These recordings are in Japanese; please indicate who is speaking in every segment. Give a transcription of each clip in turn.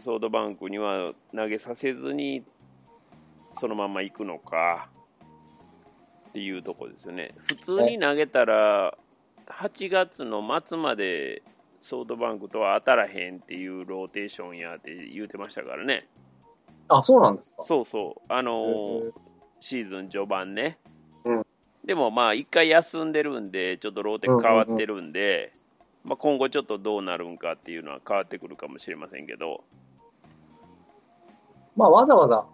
Speaker 1: ソードバンクには投げさせずに、そのまま行くのかっていうとこですよね。普通に投げたら、8月の末までソードバンクとは当たらへんっていうローテーションやって言うてましたからね。
Speaker 2: あ、そうなんですか。
Speaker 1: そうそう。あのー
Speaker 2: へー
Speaker 1: シーズン序盤ね。
Speaker 2: うん
Speaker 1: でもまあ、一回休んでるんで、ちょっとローテ変わってるんで、まあ、今後ちょっとどうなるんかっていうのは変わってくるかもしれませんけど、
Speaker 2: まあ、わざわざ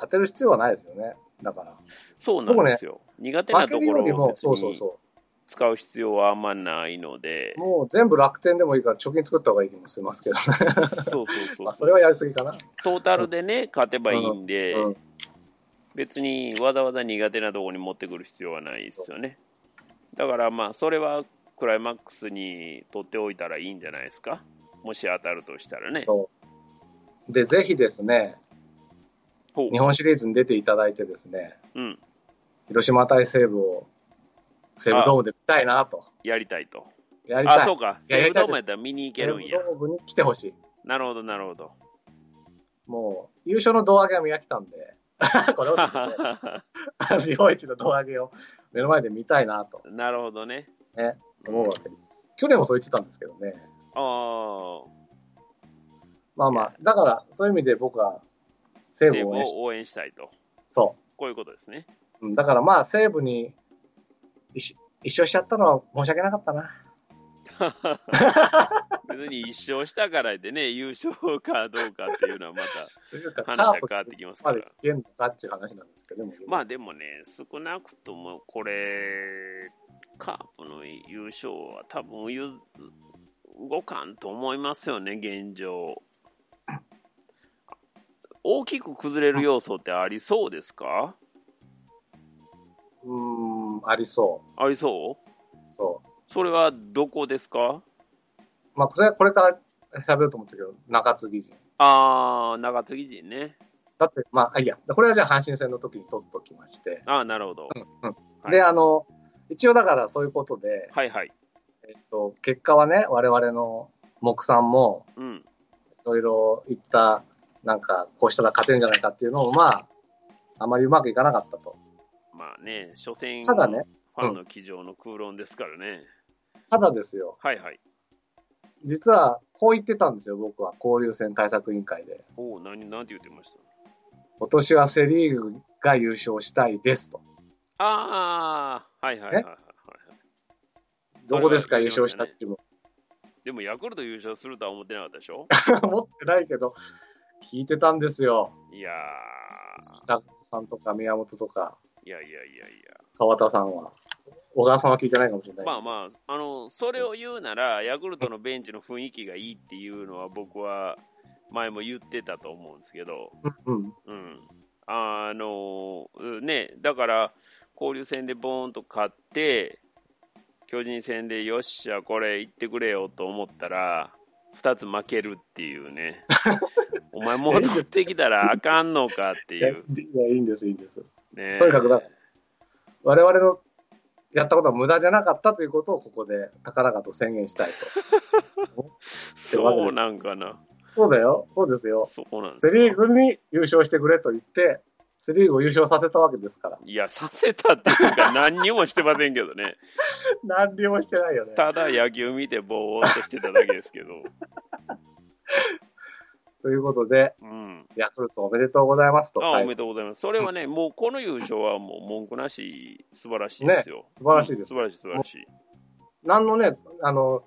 Speaker 2: 当てる必要はないですよね。だから。
Speaker 1: そうなんですよ。苦手な
Speaker 2: 負
Speaker 1: と
Speaker 2: け
Speaker 1: こ
Speaker 2: るよ
Speaker 1: ろ
Speaker 2: り
Speaker 1: を
Speaker 2: も、
Speaker 1: 別
Speaker 2: そうそう
Speaker 1: に
Speaker 2: そ
Speaker 1: 使う必要はあんまないので
Speaker 2: う。、もう全部楽天でもいいから貯金作った方がいい気もしますけどね。
Speaker 1: そう
Speaker 2: ま
Speaker 1: そ
Speaker 2: あ、
Speaker 1: う
Speaker 2: そ
Speaker 1: そ
Speaker 2: れ
Speaker 1: う。
Speaker 2: はやりすぎかな。
Speaker 1: トータルでね、勝てばいいんで、
Speaker 2: うん。
Speaker 1: 別にわざわざ苦手なところに持ってくる必要はないですよね。だからまあ、それはクライマックスに取っておいたらいいんじゃないですか。もし当たるとしたらね。
Speaker 2: そう。で、ぜひですね、
Speaker 1: ほう
Speaker 2: 日本シリーズに出ていただいてですね、
Speaker 1: うん、
Speaker 2: 広島対西武を西武ドームで見たいなと。
Speaker 1: やりたいと。
Speaker 2: やりた
Speaker 1: あ、
Speaker 2: い。
Speaker 1: そうか。
Speaker 2: いやや
Speaker 1: 西武
Speaker 2: りたい
Speaker 1: ドームやったら見に行けるん
Speaker 2: 西
Speaker 1: や
Speaker 2: 武。ドームに来てほしい。
Speaker 1: なるほど、なるほど。
Speaker 2: もう、優勝の胴上げは磨きたんで、 これをちょっと ね日本一の胴上げを目の前で見たいなと
Speaker 1: なるほどね。
Speaker 2: ね思うわけです。去年もそう言ってたんですけどね。
Speaker 1: ああ、
Speaker 2: まあまあ、だから、そういう意味で僕は西
Speaker 1: 西
Speaker 2: 武を
Speaker 1: 武
Speaker 2: 応援して、
Speaker 1: を応援したいと。
Speaker 2: そ
Speaker 1: こういうことですね。
Speaker 2: う。うんだからまあ、西武に一一勝しちゃったのは申し訳なかったな。
Speaker 1: 別に一勝したからでね、優勝かどうかっていうのはまた
Speaker 2: と いうか
Speaker 1: 話が変わってきますから
Speaker 2: カープまで行けんのかっていう話なんですけども、
Speaker 1: まあでもね、少なくともこれ、カープの優勝は多分ゆ動かんと思いますよね、現状。大きく崩れる要素ってありそうですか
Speaker 2: うーん、ありそ
Speaker 1: ありそう
Speaker 2: う。そう
Speaker 1: それはどこですか。
Speaker 2: まあ、これこれから喋ると思ったけど、中継ぎ陣。
Speaker 1: あー、中継ぎ陣ね。
Speaker 2: だって、まあ、あいいや、これはじゃあ阪神戦の時に取っときまして。
Speaker 1: あー、なるほど。はい
Speaker 2: で、あの、一応だからそういうことで、
Speaker 1: はいはい。
Speaker 2: えっと、結果はね、我々の木さんも、
Speaker 1: うん。
Speaker 2: いろいろ言った、なんか、こうしたら勝てるんじゃないかっていうのも、まあ、あまりうまくいかなかったと。
Speaker 1: まあね、所詮、
Speaker 2: ただね、
Speaker 1: ファンの机上の空論ですからね。
Speaker 2: ただですよ、
Speaker 1: はいはい。
Speaker 2: 実は、こう言ってたんですよ、僕は、交流戦対策委員会で。
Speaker 1: おお、何、なんて言ってました
Speaker 2: 今年はセ・リーグが優勝したいですと。
Speaker 1: ああ、はいはいはいはいはい。
Speaker 2: どこですか、優勝し
Speaker 1: そ
Speaker 2: た
Speaker 1: れは言いま
Speaker 2: チーム。
Speaker 1: ねでもヤクルト優勝するとは思ってなかったでし ょ
Speaker 2: 持ってないけど、聞いてたんですよ。
Speaker 1: いや
Speaker 2: 北さんとか宮本とか
Speaker 1: ー、いやいやいやい
Speaker 2: 川田さんは、小川さんは聞いてないかもしれ
Speaker 1: や。
Speaker 2: ない。
Speaker 1: まあまあ、あの、それを言うなら、ヤクルトのベンチの雰囲気がいいっていうのは僕は前も言ってたと思うんですけど、
Speaker 2: うん、
Speaker 1: うん。あの、うんね、だから、交流戦でボーンと勝って、巨人戦でよっしゃ、これ行ってくれよと思ったら、2つ負けるっていう ね。お前戻ってきたらあかんのかって
Speaker 2: い
Speaker 1: い。
Speaker 2: やいうやいいんです、いいんです。
Speaker 1: ね、
Speaker 2: とにかくだ我々のやったことは無駄じゃなかったということをここで高々と宣言したいと。
Speaker 1: そうなんかな。
Speaker 2: そうだよ、そうですよ。
Speaker 1: そうなんです
Speaker 2: セ・
Speaker 1: よ
Speaker 2: リーグに優勝してくれと言って、セ・リーグを優勝させたわけです から。
Speaker 1: いや、させたっていうか、何にもしてませんけどね。
Speaker 2: 何にもしてないよね。
Speaker 1: ただ野球見てぼーっとしてただけですけど。
Speaker 2: ということで、
Speaker 1: うん。
Speaker 2: ヤクルトおめでとうございますと。
Speaker 1: あ
Speaker 2: はい
Speaker 1: おめでとうございます。それはね、もうこの優勝はもう文句なし、素晴らしいですよ。
Speaker 2: 素晴らしいです
Speaker 1: 素晴らしい、素晴らしい。
Speaker 2: 何のね、あの、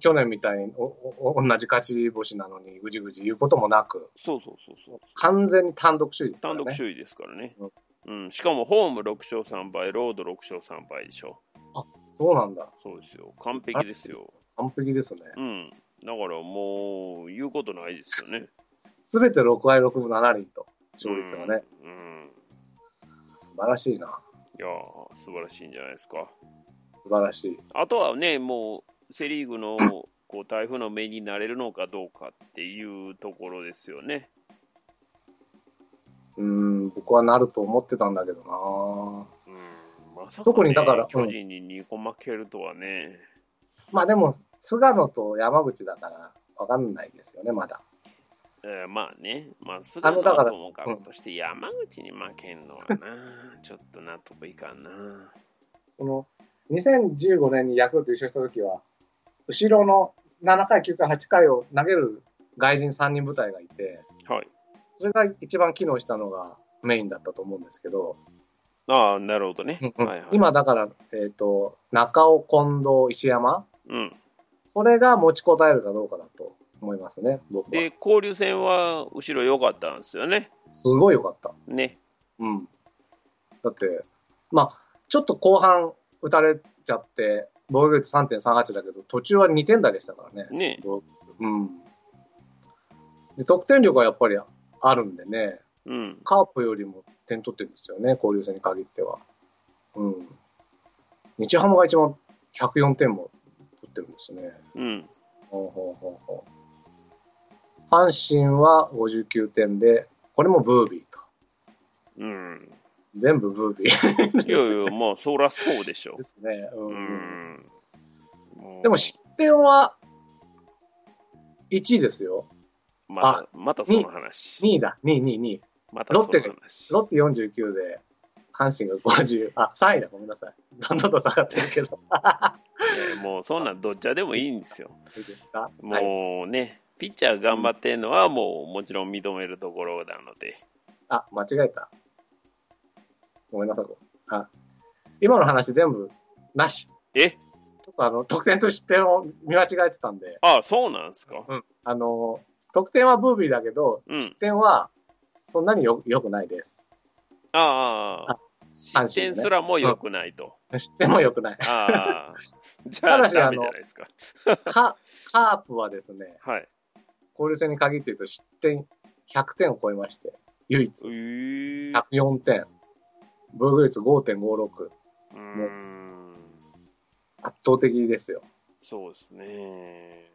Speaker 2: 去年みたいにおお同じ勝ち星なのにぐじぐじ言うこともなく、
Speaker 1: そうそうそうそう。
Speaker 2: 完全に単独首位ですから
Speaker 1: 単
Speaker 2: ね。
Speaker 1: 独首位ですからね
Speaker 2: うん。
Speaker 1: うん、しかもホーム6勝3敗、ロード6勝3敗でしょ。
Speaker 2: そうなんだ。
Speaker 1: そうですよ。完璧ですよ。
Speaker 2: 完璧ですね。
Speaker 1: うん。だからもう、言うことないですよね。
Speaker 2: すべて6割6分7厘と、勝率がね、
Speaker 1: うん。うん。
Speaker 2: 素晴らしいな。
Speaker 1: いやー素晴らしいんじゃないですか。
Speaker 2: 素晴らしい。
Speaker 1: あとはね、もう、セ・リーグの、こう、台風の目になれるのかどうかっていうところですよね。
Speaker 2: うーん、僕はなると思ってたんだけどな。
Speaker 1: うんまさか、ね、
Speaker 2: 特にだから
Speaker 1: 巨人に2個負けるとはね、
Speaker 2: まあでも、菅野と山口だから、わかんないですよね、まだ。
Speaker 1: えーまあね、まあ、菅
Speaker 2: あ
Speaker 1: 野
Speaker 2: のだから
Speaker 1: 友香子として山口に負けんのはな、ちょっと納得いかんな。
Speaker 2: この2015年にヤクルト優勝した時は、後ろの7回、9回、8回を投げる外人3人部隊がいて、
Speaker 1: はい。
Speaker 2: それが一番機能したのがメインだったと思うんですけど、
Speaker 1: ああ、なるほどね。はいはい、、
Speaker 2: 今だから、えっ、と、中尾、近藤、石山、
Speaker 1: うん、
Speaker 2: これが持ちこたえるかどうかだと思いますね、僕は
Speaker 1: で。、交流戦は後ろ良かったんですよね。
Speaker 2: すごい良かった。
Speaker 1: ね。
Speaker 2: うん。だって、まあ、ちょっと後半打たれちゃって、防御率3.38だけど、途中は2点台でしたからね。
Speaker 1: ね。
Speaker 2: うん。で、得点力はやっぱりあるんでね、
Speaker 1: うん。
Speaker 2: カープよりも点取ってるんですよね、交流戦に限っては。うん。日ハムが一番104点も取ってるんですね。
Speaker 1: うん。
Speaker 2: ほうほうほうほう阪神は59点で、これもブービーと。
Speaker 1: うん。
Speaker 2: 全部ブービー
Speaker 1: いやい や、まあ、そらそうでしょ
Speaker 2: で。すね。う。
Speaker 1: うんん。
Speaker 2: でも失点は1位ですよ。
Speaker 1: また、またその話。
Speaker 2: 2位だ、2位、2位、2位。
Speaker 1: またその
Speaker 2: ロッテで
Speaker 1: 話。
Speaker 2: ロッテ49で、阪神が50、あ、3位だ、ごめんなさい。どんどんと下がってるけど。
Speaker 1: いやもう、そんなんどっちでもいいんですよ。
Speaker 2: いいですかはい、
Speaker 1: もうね、ピッチャー頑張ってんのはもうもちろん認めるところなので、
Speaker 2: あ、間違えた。ごめんなさい。あ、今の話全部、なし。
Speaker 1: え
Speaker 2: ちょっとあの、得点と失点を見間違えてたんで、
Speaker 1: ああ、そうなんですか。
Speaker 2: あの、得点はブービーだけど、
Speaker 1: うん
Speaker 2: 失点は、そんなによ良くないです。
Speaker 1: ああああ
Speaker 2: あ、
Speaker 1: 失点すらも良くないと。
Speaker 2: 失点も良くない。
Speaker 1: ああ、 じゃ
Speaker 2: た
Speaker 1: あ
Speaker 2: だし
Speaker 1: ダメ
Speaker 2: あの
Speaker 1: じゃないですか。
Speaker 2: カカープはですね、
Speaker 1: はい。
Speaker 2: 交流戦に限って言うと失点100点を超えまして、唯一。
Speaker 1: うー
Speaker 2: 104点。防御率5.56。
Speaker 1: うーん、
Speaker 2: 圧倒的ですよ。
Speaker 1: そうですね。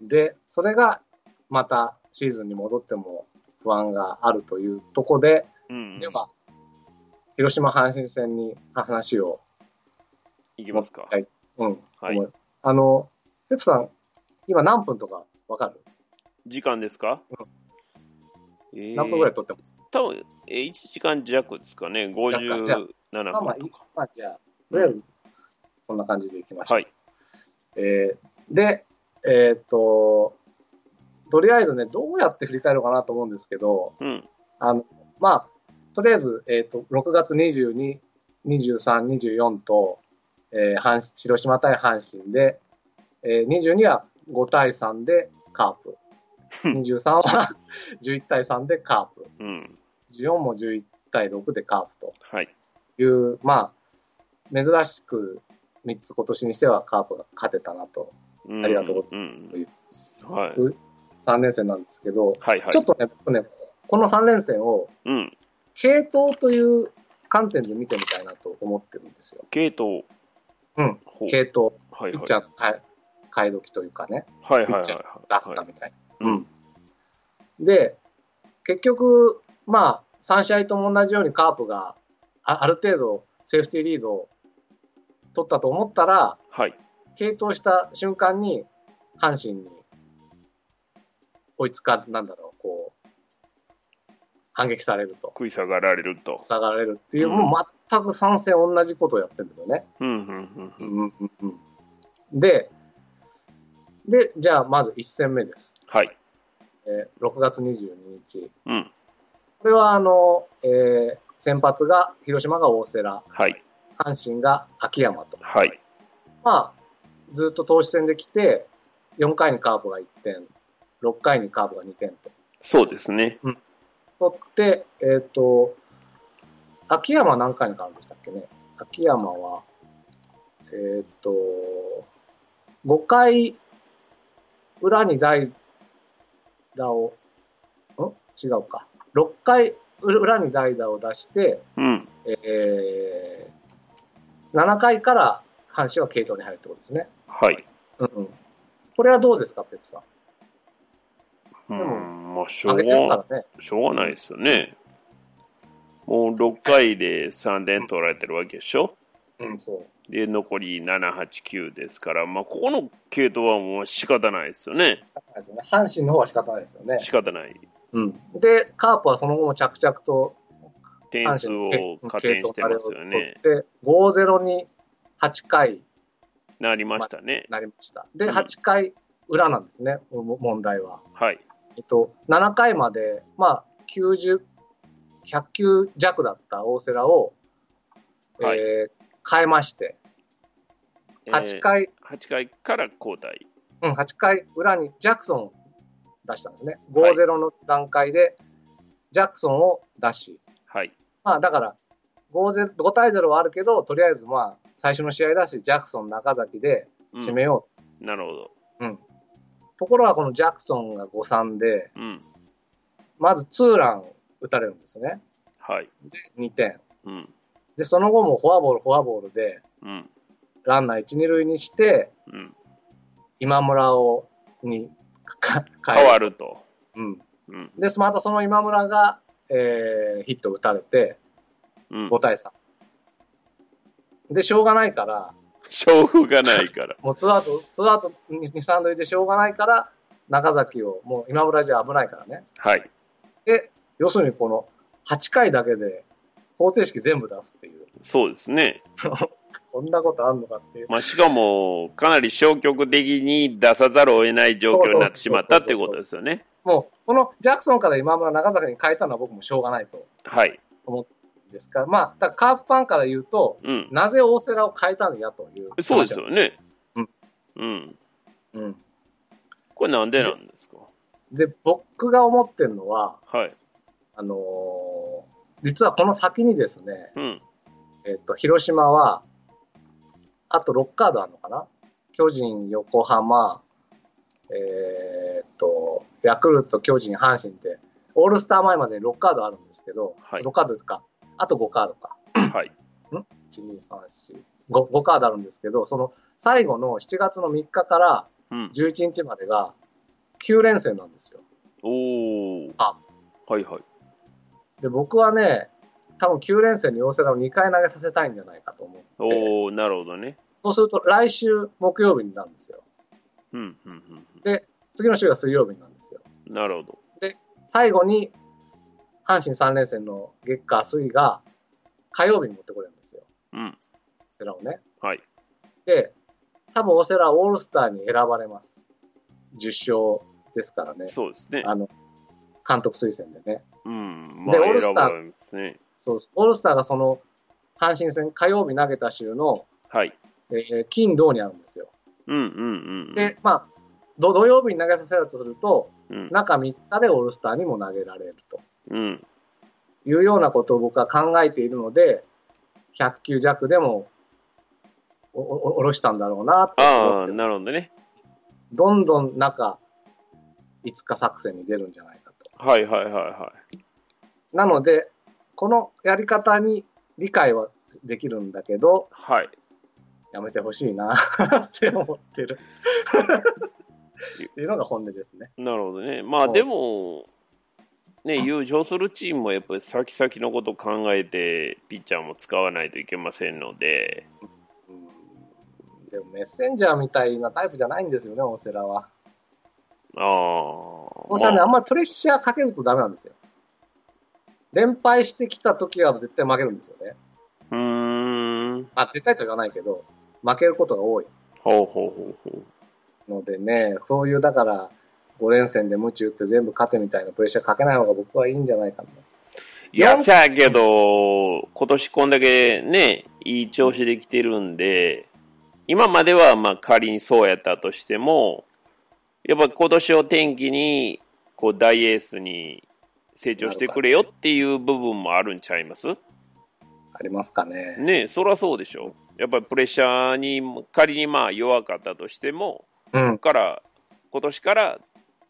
Speaker 2: で、それがまたシーズンに戻っても不安があるというとこで、
Speaker 1: うん、
Speaker 2: では、広島阪神戦に話を、
Speaker 1: いきますか。
Speaker 2: はいうん、
Speaker 1: はい
Speaker 2: 思あの、ペプさん、今何分とかわかる
Speaker 1: 時間ですか、えー
Speaker 2: 何分ぐらい取ってます、
Speaker 1: 多分、えー、1時間弱ですかね。57分
Speaker 2: じゃあまあまあ、い
Speaker 1: とか。
Speaker 2: まあじゃあ、とりあえず、そんな感じでいきましょう。
Speaker 1: はい。
Speaker 2: えーで、えーっと、とりあえずね、どうやって振り返ろうかなと思うんですけど、
Speaker 1: うん。
Speaker 2: あの、まあ、とりあえず、えーっと、6月22、23、24と、えー阪神、広島対阪神で、えー22は5対3でカープ。23は 11対3でカープ。
Speaker 1: うん。
Speaker 2: 14も11対6でカープと。
Speaker 1: はい。
Speaker 2: いう、まあ、珍しく3つ今年にしてはカープが勝てたなと、
Speaker 1: うん
Speaker 2: ありがとうございます。という
Speaker 1: うんはい。
Speaker 2: 3連戦なんですけど、
Speaker 1: はいはい。
Speaker 2: ちょっとね、僕ね、この3連戦を
Speaker 1: うん。
Speaker 2: 系統という観点で見てみたいなと思ってるんですよ。
Speaker 1: 系統。
Speaker 2: うん。
Speaker 1: ほう
Speaker 2: 系統、
Speaker 1: はい
Speaker 2: ピ
Speaker 1: は
Speaker 2: ッ
Speaker 1: い。
Speaker 2: チャーの替え替え時というかね、
Speaker 1: はい
Speaker 2: ピ
Speaker 1: はいは
Speaker 2: ッ
Speaker 1: い。
Speaker 2: チャー出すか
Speaker 1: はい
Speaker 2: みたいな。
Speaker 1: は
Speaker 2: うん。で、結局、まあ、3試合とも同じようにカープがあある程度セーフティーリードを取ったと思ったら、
Speaker 1: はい。
Speaker 2: 継投した瞬間に、阪神に追いつか、なんだろう、こう、反撃されると、
Speaker 1: 食い下がられると。
Speaker 2: 下がられるっていう、
Speaker 1: うん
Speaker 2: もう全く参戦同じことをやってるんですよね。
Speaker 1: うんうんうん。
Speaker 2: んうんうん、で、で、じゃあまず1戦目です。
Speaker 1: はい。
Speaker 2: えー6月22日。
Speaker 1: うん。
Speaker 2: これは、あの、えー先発が、広島が大瀬良、
Speaker 1: はい。
Speaker 2: 阪神が秋山と。
Speaker 1: はい。
Speaker 2: まあ、ずっと投手戦で来て、4回にカープが1点、6回にカープが2点と。
Speaker 1: そうですね。
Speaker 2: 取って、えっ、と、秋山は何回にカープでしたっけね。秋山は、えっ、と、5回裏に代打を、ん違うか。6回裏に代打を出して、
Speaker 1: うん。
Speaker 2: えー、7回から阪神は系統に入るってことですね。
Speaker 1: はい。
Speaker 2: うんうんこれはどうですか、ペップさん。
Speaker 1: う
Speaker 2: でも
Speaker 1: ん。まあ、しょ
Speaker 2: 上げ
Speaker 1: う
Speaker 2: てる
Speaker 1: が
Speaker 2: か、らね。
Speaker 1: しょうがないですよね。もう6回で3点取られてるわけでしょ
Speaker 2: うん、そう。
Speaker 1: で、残り7、8、9ですから、まあ、ここの系統はもう仕方ないですよね。
Speaker 2: 仕方ないですよね。阪神の方は仕方ないですよね。
Speaker 1: 仕方ない。
Speaker 2: うん、で、カープはその後も着々と
Speaker 1: 点数を加点してますよね。
Speaker 2: で、5-0に8回
Speaker 1: なりましたね。
Speaker 2: なりました。で、
Speaker 1: うん
Speaker 2: 8回裏なんですね、も問題は。
Speaker 1: はい。
Speaker 2: えっと、7回まで、まあ、90、100球弱だった大瀬良を、えー
Speaker 1: はい
Speaker 2: 変えまして、
Speaker 1: え
Speaker 2: 8
Speaker 1: ー
Speaker 2: 回、
Speaker 1: 8回から交代。
Speaker 2: うん、8回裏にジャクソンを出したんですね。5-0の段階で、ジャクソンを出し、
Speaker 1: はい。
Speaker 2: まあだから5-0 5対0はあるけど、とりあえずまあ最初の試合だし、ジャクソン、中崎で
Speaker 1: うん
Speaker 2: 締めよ
Speaker 1: なるほど。
Speaker 2: う。うんところがこのジャクソンが誤算で、
Speaker 1: うん。
Speaker 2: まずツーラン打たれるんですね。
Speaker 1: はい。
Speaker 2: 2点。
Speaker 1: うん。
Speaker 2: で、その後もフォアボール、フォアボールで、
Speaker 1: うん。
Speaker 2: ランナー1、2塁にして、
Speaker 1: うん。
Speaker 2: 今村を、に、か、
Speaker 1: 変わ
Speaker 2: る。
Speaker 1: ると。
Speaker 2: うん。
Speaker 1: うん。
Speaker 2: で、またその今村が、えーヒット打たれて、
Speaker 1: うん
Speaker 2: 5。対3。で、しょうがないから、
Speaker 1: 勝負がないから。
Speaker 2: もうツーアウト、ツーアウト2、3塁でしょうがないから、中崎を、もう今村じゃ危ないからね。
Speaker 1: はい。
Speaker 2: で、要するにこの8回だけで方程式全部出すっていう、
Speaker 1: そうですね。
Speaker 2: こんなことあんのかっていう。
Speaker 1: まあ、しかも、かなり消極的に出さざるを得ない状況になってしまったってことですよね。
Speaker 2: もう、このジャクソンから今村中崎に変えたのは僕もしょうがないと。
Speaker 1: はい。
Speaker 2: ですから、まあ、だからカープファンから言うと、
Speaker 1: うん。
Speaker 2: なぜ大瀬良を変えたんやという話。
Speaker 1: そうですよね
Speaker 2: うん。
Speaker 1: うん。
Speaker 2: うん。
Speaker 1: これなんでなんですか
Speaker 2: で、僕が思ってるのは、
Speaker 1: はい。
Speaker 2: あのー実はこの先にですね、
Speaker 1: うん。
Speaker 2: えっと、広島は、あと6カードあるのかな巨人、横浜、えーっと、ヤクルト、巨人、阪神って、オールスター前まで6カードあるんですけど、
Speaker 1: はい
Speaker 2: 6カードか、あと5カードか、
Speaker 1: はい。
Speaker 2: 1、2、3、4、5, 5カードあるんですけど、その最後の7月の3日から
Speaker 1: うん。
Speaker 2: 11日までが9連戦なんですよ。
Speaker 1: おー。
Speaker 2: あ
Speaker 1: はいはい。
Speaker 2: で、僕はね、多分9連戦に陽性を2回投げさせたいんじゃないかと思って、
Speaker 1: おー、なるほどね。
Speaker 2: そうすると来週木曜日になるんですよ。
Speaker 1: うん。うん。うん
Speaker 2: 次の週が水曜日なんですよ。
Speaker 1: うん。なるほど。
Speaker 2: 最後に、阪神3連戦の月火水が火曜日に持ってこれるんですよ。
Speaker 1: うん。
Speaker 2: オセラをね。
Speaker 1: はい。
Speaker 2: で、多分オセラオールスターに選ばれます。10勝ですからね。
Speaker 1: そうですね。
Speaker 2: あの、監督推薦でね。
Speaker 1: うん。まあ、
Speaker 2: でオール
Speaker 1: 選
Speaker 2: スター
Speaker 1: ばれますね。
Speaker 2: そうですオールスターがその、阪神戦火曜日投げた週の、
Speaker 1: はい。
Speaker 2: えー金、土にあるんですよ。
Speaker 1: うんうんうんうん。
Speaker 2: で、まあ、土土曜日に投げさせるとすると、
Speaker 1: うん。
Speaker 2: 中3日でオールスターにも投げられると
Speaker 1: うん。
Speaker 2: いうようなことを僕は考えているので、100球弱でもおおおろしたんだろうなって
Speaker 1: あ
Speaker 2: 思っ
Speaker 1: あ、
Speaker 2: て、
Speaker 1: なるほどね。
Speaker 2: どんどん中5日作戦に出るんじゃないかと。
Speaker 1: はいはいはいは
Speaker 2: なので、このやり方に理解はできるんだけど、
Speaker 1: い。はい。
Speaker 2: やめてほしいな って思ってる。っていうのが本音ですね。
Speaker 1: なるほどね。まあ
Speaker 2: うん
Speaker 1: でも、ね、優勝するチームはやっぱり先々のことを考えて、ピッチャーも使わないといけませんので、
Speaker 2: うんでもメッセンジャーみたいなタイプじゃないんですよね、大瀬良は。
Speaker 1: ああ、
Speaker 2: 大瀬良ね、
Speaker 1: ま
Speaker 2: あ
Speaker 1: あ
Speaker 2: んまりプレッシャーかけるとダメなんですよ。連敗してきた時は絶対負けるんですよね。
Speaker 1: うーん、
Speaker 2: あ、絶対とは言わないけど、負けることが多い
Speaker 1: ほうほうほうほう。
Speaker 2: のでね、そういう、だから、5連戦で無知打って全部勝てみたいなプレッシャーかけない方が僕はいいんじゃないかな。
Speaker 1: いや、さやけど、今年こんだけね、いい調子できてるんで、今まではまあ仮にそうやったとしても、やっぱ今年を転機に、こう大エースに成長してくれよっていう部分もあるんちゃいます
Speaker 2: ありますかね。
Speaker 1: ねえ、そりゃそうでしょ。やっぱりプレッシャーに、仮にまあ弱かったとしても、
Speaker 2: うん。
Speaker 1: ここから、今年から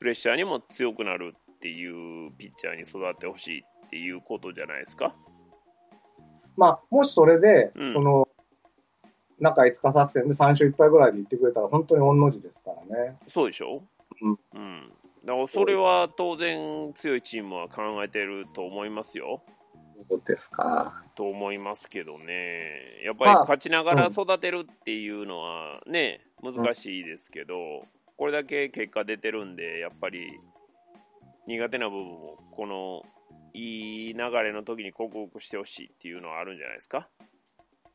Speaker 1: プレッシャーにも強くなるっていうピッチャーに育ってほしいっていうことじゃないですか。
Speaker 2: まあ、もしそれで、
Speaker 1: うん
Speaker 2: その、中5日作戦で3勝1敗ぐらいで行ってくれたら本当に御の字ですからね。
Speaker 1: そうでしょ
Speaker 2: うん。
Speaker 1: うん。だからそれは当然強いチームは考えてると思いますよ。
Speaker 2: うそうですか。
Speaker 1: と思いますけどね、やっぱり
Speaker 2: まあ
Speaker 1: 勝ちながら育てるっていうのはね、難しいですけど、これだけ結果出てるんで、やっぱり苦手な部分を、このいい流れの時に克服してほしいっていうのはあるんじゃないですか。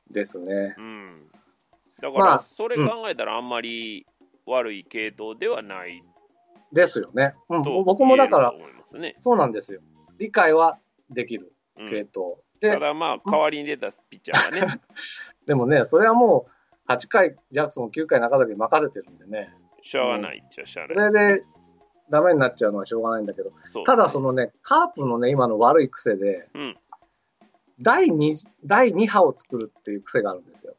Speaker 2: ですね。
Speaker 1: うん、だか
Speaker 2: ま
Speaker 1: ら
Speaker 2: あ、
Speaker 1: それ考えたら、あんまり悪い系統ではない
Speaker 2: ですよね。うん、
Speaker 1: と、
Speaker 2: 僕もだから、
Speaker 1: 思いますね。
Speaker 2: そうなんですよ。理解はできる
Speaker 1: うん
Speaker 2: 系統。
Speaker 1: た
Speaker 2: で、
Speaker 1: だまあ、代わりに出たピッチャーがね、
Speaker 2: でもね、それはもう、8回、ジャクソン、9回、中崎に任せてるんでね、
Speaker 1: しゃあないっちゃしゃあ
Speaker 2: そ
Speaker 1: ない
Speaker 2: れ
Speaker 1: すね
Speaker 2: でダメになっちゃうのはしょうがないんだけど、
Speaker 1: そう
Speaker 2: ただ
Speaker 1: です
Speaker 2: そ
Speaker 1: ね
Speaker 2: のね、カープのね、今の悪い癖で、
Speaker 1: うん
Speaker 2: 第 2, 第2波を作るっていう癖があるんですよ。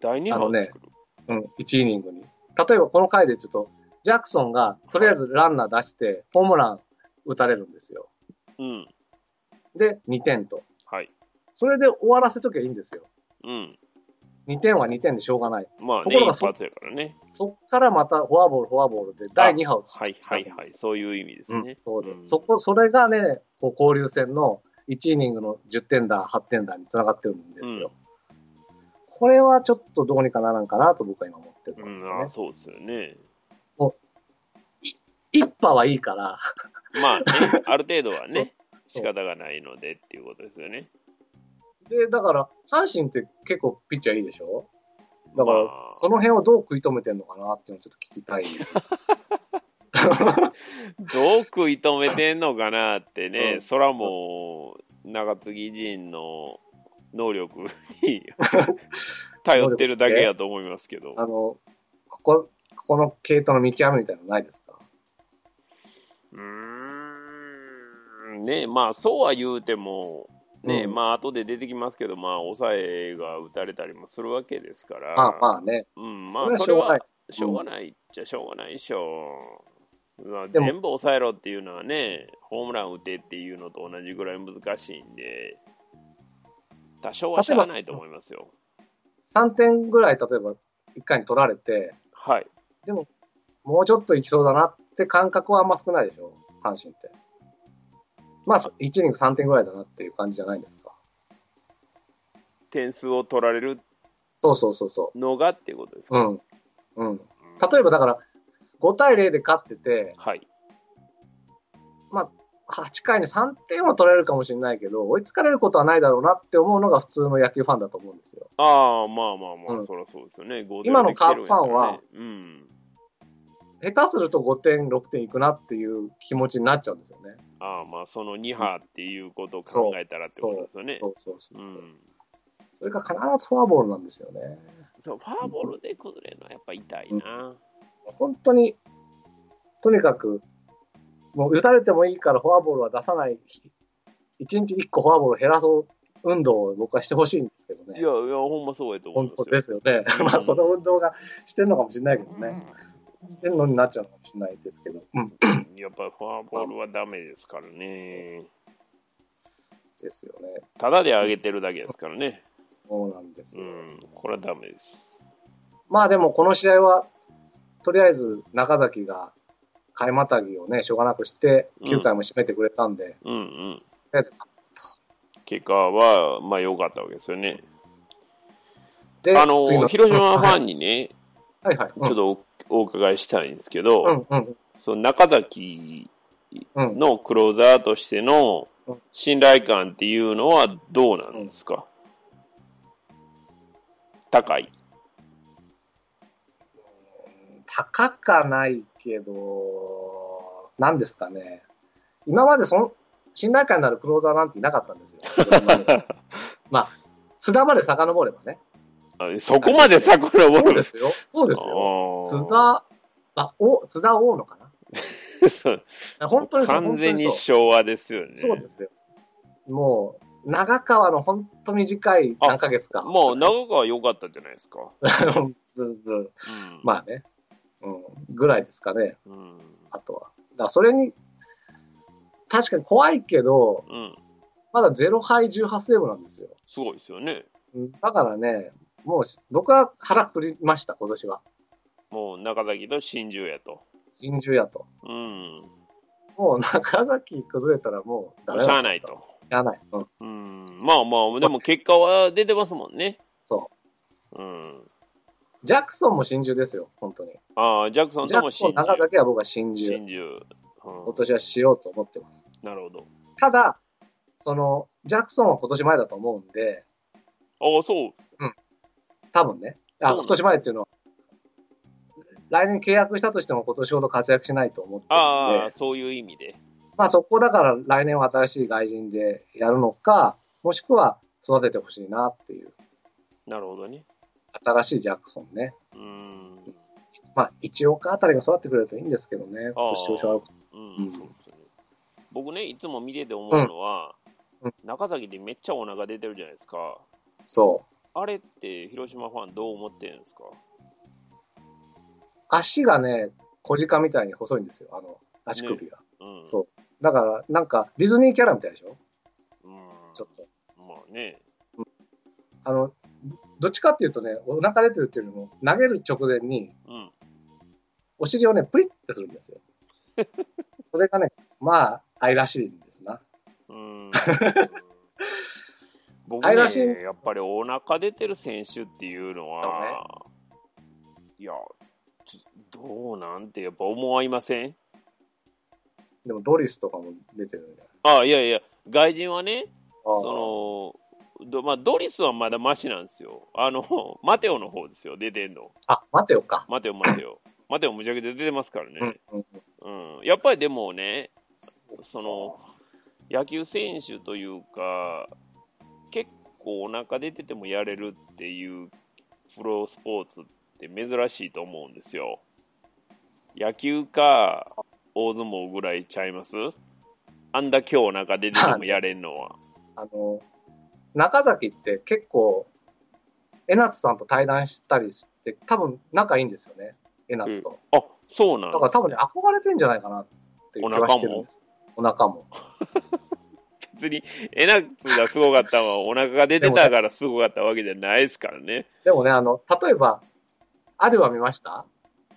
Speaker 1: 第2
Speaker 2: あ
Speaker 1: 波
Speaker 2: の
Speaker 1: を
Speaker 2: ね
Speaker 1: 作る。
Speaker 2: うん、1イニングに。例えばこの回でちょっと、ジャクソンがとりあえずランナー出して、ホームラン打たれるんですよ。
Speaker 1: うん。
Speaker 2: で、2点と。
Speaker 1: はい。
Speaker 2: それで終わらせときゃいいんですよ。
Speaker 1: うん。
Speaker 2: 2点は2点でしょうがない。
Speaker 1: まあ
Speaker 2: と
Speaker 1: ね、
Speaker 2: ころが
Speaker 1: 一
Speaker 2: そ
Speaker 1: 発やからね。
Speaker 2: そっからまたフォアボール、フォアボールで第2波を作
Speaker 1: は
Speaker 2: る
Speaker 1: いはいはい。そういう意味です
Speaker 2: う
Speaker 1: ね。
Speaker 2: ん、そうで、
Speaker 1: ん
Speaker 2: そこ、それがね、こう交流戦の1イニングの10点打、8点打につながってるんですよ。これはちょっとどうにかならんかなと僕は今思ってる
Speaker 1: うんん
Speaker 2: ですよ
Speaker 1: あ
Speaker 2: ね
Speaker 1: ー。そうですよね。
Speaker 2: 一波はいいから、
Speaker 1: まあ ね、ある程度はね、
Speaker 2: そ
Speaker 1: 仕
Speaker 2: う
Speaker 1: 方がないのでっていうことですよね。
Speaker 2: で、だから、阪神って結構ピッチャーいいでしょだから、
Speaker 1: まあ
Speaker 2: その辺をどう食い止めてんのかなっていうのをちょっと聞き たい。
Speaker 1: どう食い止めてんのかなってね、
Speaker 2: うん
Speaker 1: そらもう、長継ぎ陣の能力 に頼ってるだけやと思いますけど
Speaker 2: あ。の、ここ、ここの系統の見極めみたいなのないですか
Speaker 1: うーんねまあそうは言うても、ね
Speaker 2: うん
Speaker 1: まあ後で出てきますけど、まあ、抑えが打たれたりもするわけですから、
Speaker 2: まあまあね。
Speaker 1: うん
Speaker 2: そ
Speaker 1: まあ、
Speaker 2: れは
Speaker 1: そ
Speaker 2: し
Speaker 1: れ
Speaker 2: ょうがない
Speaker 1: は。しょうがないっちゃしょうがないでしょ。まあ、
Speaker 2: でも
Speaker 1: 全部抑えろっていうのはね、ホームラン打てっていうのと同じぐらい難しいんで、多少はしゃあないと思いますよ。
Speaker 2: 3点ぐらい、例えば、1回に取られて、
Speaker 1: はい。
Speaker 2: もうちょっといきそうだなって感覚はあんま少ないでしょ阪神って。まあ、1イニング3点ぐらいだなっていう感じじゃないですか。
Speaker 1: 点数を取られる
Speaker 2: そうそうそうそ
Speaker 1: のがっていうことです
Speaker 2: う。う
Speaker 1: か。
Speaker 2: ん。うん。例えばだから、5対0で勝ってて、
Speaker 1: はい。
Speaker 2: 8回に3点は取られるかもしれないけど、追いつかれることはないだろうなって思うのが普通の野球ファンだと思うんですよ。
Speaker 1: ああ、まあまあまあ、
Speaker 2: うん
Speaker 1: そりゃそうですよね。5
Speaker 2: 今のカープファン
Speaker 1: ね
Speaker 2: は、
Speaker 1: うん。
Speaker 2: 下手すると5点、6点いくなっていう気持ちになっちゃうんですよね。
Speaker 1: ああ、まあ、その2波っていうことを考えたらってことですよね。
Speaker 2: そうそうそううそう。
Speaker 1: ん。
Speaker 2: それが必ずフォアボールなんですよね。
Speaker 1: そう、ファーボールで崩れるのはやっぱ痛いな。
Speaker 2: 本当に、とにかく、もう打たれてもいいからフォアボールは出さない、一日一個フォアボール減らそう運動を僕はしてほしいんですけど
Speaker 1: いや、
Speaker 2: ね
Speaker 1: い。や、ほんまそうやと思い
Speaker 2: 本
Speaker 1: ますよ。
Speaker 2: 当ですよね。
Speaker 1: うん
Speaker 2: まあ、その運動がしてるのかもしれないけどね。してるのになっちゃうのかもしれないですけど。うん。
Speaker 1: うんやっぱフォアボールはダメですからね。
Speaker 2: ですよね。
Speaker 1: ただで上げてるだけですからね。
Speaker 2: そうなんです
Speaker 1: う
Speaker 2: よ。
Speaker 1: ん、これはダメです。
Speaker 2: まあ、でもこの試合は、とりあえず中崎が、替えまたぎをね、しょうがなくして、9回も締めてくれたんで、と
Speaker 1: うんうん。
Speaker 2: りあえず
Speaker 1: 結果は、まあ良かったわけですよね。
Speaker 2: で、
Speaker 1: あの、
Speaker 2: 次の
Speaker 1: 広島ファンにね、
Speaker 2: はいはい。
Speaker 1: ちょっとおお伺いしたいんですけど、
Speaker 2: うんうん
Speaker 1: その中崎
Speaker 2: うんうん。
Speaker 1: のクローザーとしての信頼感っていうのはどうなんですか、高い。
Speaker 2: 高かないけど、なんですかね。今までそん、信頼感のあるクローザーなんていなかったんですよ。まあ、津田まで遡ればね。
Speaker 1: あそこまで桜ボ
Speaker 2: そう
Speaker 1: ー
Speaker 2: で
Speaker 1: ル
Speaker 2: すよ。そうですよ。津
Speaker 1: あ
Speaker 2: 田、あ、お、津田王のか
Speaker 1: ーそう
Speaker 2: な。本当にそう
Speaker 1: 完全に
Speaker 2: 本
Speaker 1: 昭和ですよね
Speaker 2: 当。にそうそうですよ。もう、長川の本当短い何ヶ月か。
Speaker 1: もう 長川良かったじゃないですか。
Speaker 2: ずんずん
Speaker 1: うん
Speaker 2: まあね。うん。ぐらいですかね。
Speaker 1: うん
Speaker 2: あとは。だからそれに、確かに怖いけど、
Speaker 1: うん、
Speaker 2: まだ0敗18セーブなんですよ。
Speaker 1: すごいですよね。
Speaker 2: うんだからね、もうし僕は腹くくりました、今年は。
Speaker 1: もう中崎と新宿やと。
Speaker 2: 真珠やと。
Speaker 1: うん。
Speaker 2: もう中崎崩れたらもうダメ
Speaker 1: しゃあ
Speaker 2: だ。
Speaker 1: ないと。
Speaker 2: らない。うん。
Speaker 1: うん。まあまあ、でも結果は出てますもんね。
Speaker 2: そ
Speaker 1: うん。
Speaker 2: う。ジャクソンも真珠ですよ、本当に。
Speaker 1: ああ、ジャクソン
Speaker 2: ジャ
Speaker 1: と
Speaker 2: ク
Speaker 1: も
Speaker 2: ソ
Speaker 1: 真
Speaker 2: ン、長
Speaker 1: 珠。
Speaker 2: 崎は僕は真珠。
Speaker 1: 真珠。う
Speaker 2: 今
Speaker 1: ん、
Speaker 2: 年はしようと思ってます。
Speaker 1: なるほど。
Speaker 2: ただ、その、ジャクソンは今年前だと思うんで、
Speaker 1: ああ、そう。
Speaker 2: 多分ね。あ、
Speaker 1: そう
Speaker 2: 今年前っていうのは、来年契約したとしても今年ほど活躍しないと思ってるん
Speaker 1: あ
Speaker 2: で
Speaker 1: あ、、そういう意味で。
Speaker 2: まあそこだから来年は新しい外人でやるのか、もしくは育ててほしいなっていう、
Speaker 1: なるほどね。
Speaker 2: 新しいジャクソンね。
Speaker 1: うん。
Speaker 2: まあ、一岡あたりが育ってくれるといいんですけどね、今年調子悪くて
Speaker 1: うん。
Speaker 2: うん
Speaker 1: そうですよね僕ね、いつも見てて思うのは、
Speaker 2: うん
Speaker 1: 中崎でめっちゃお腹出てるじゃないですか。
Speaker 2: そ
Speaker 1: あれって広島ファンどう思ってるんですか
Speaker 2: う。足がね、小鹿みたいに細いんですよ、あの、足首が。
Speaker 1: うん。
Speaker 2: そうだから、なんか、ディズニーキャラみたいでしょ
Speaker 1: うん。
Speaker 2: ちょっと。
Speaker 1: まあね。
Speaker 2: あの、どっちかっていうとね、お腹出てるっていうよりも、投げる直前に、
Speaker 1: うん。
Speaker 2: お尻をね、プリッてするん ですよ。それがね、まあ、愛らしいんですな。
Speaker 1: うん僕
Speaker 2: 愛らしい
Speaker 1: ね、やっぱりお腹出てる選手っていうのは、いや、ちょどうなんてやっぱ思いません
Speaker 2: でも、ドリスとかも出てるんだよ。
Speaker 1: あいやいや、外人はね、
Speaker 2: ああ
Speaker 1: そのどまあ、ドリスはまだマシなんですよ。あの、 マテオの方ですよ、出てんの。
Speaker 2: あ、待てよか。
Speaker 1: マテオ、マテオ。マテオむちゃくちゃ出てますから
Speaker 2: うん
Speaker 1: ね。
Speaker 2: うん
Speaker 1: うん。やっぱりでもね、その、野球選手というか結構お腹出ててもやれるっていうプロスポーツって珍しいと思うんですよ野球か大相撲ぐらいちゃいますあんだけお腹出ててもやれんのは
Speaker 2: あの、中崎って結構、江夏さんと対談したりして、多分仲いいんですよね、江夏と。
Speaker 1: あそうなん
Speaker 2: だから
Speaker 1: です
Speaker 2: 多分ね、憧れてんじゃないかなっていう気がしてるんですよ。お腹も。
Speaker 1: 別にエナックスがすごかったのはお腹が出てたからすごかったわけじゃないですからね
Speaker 2: でもね、あの、例えば、アデュア見ました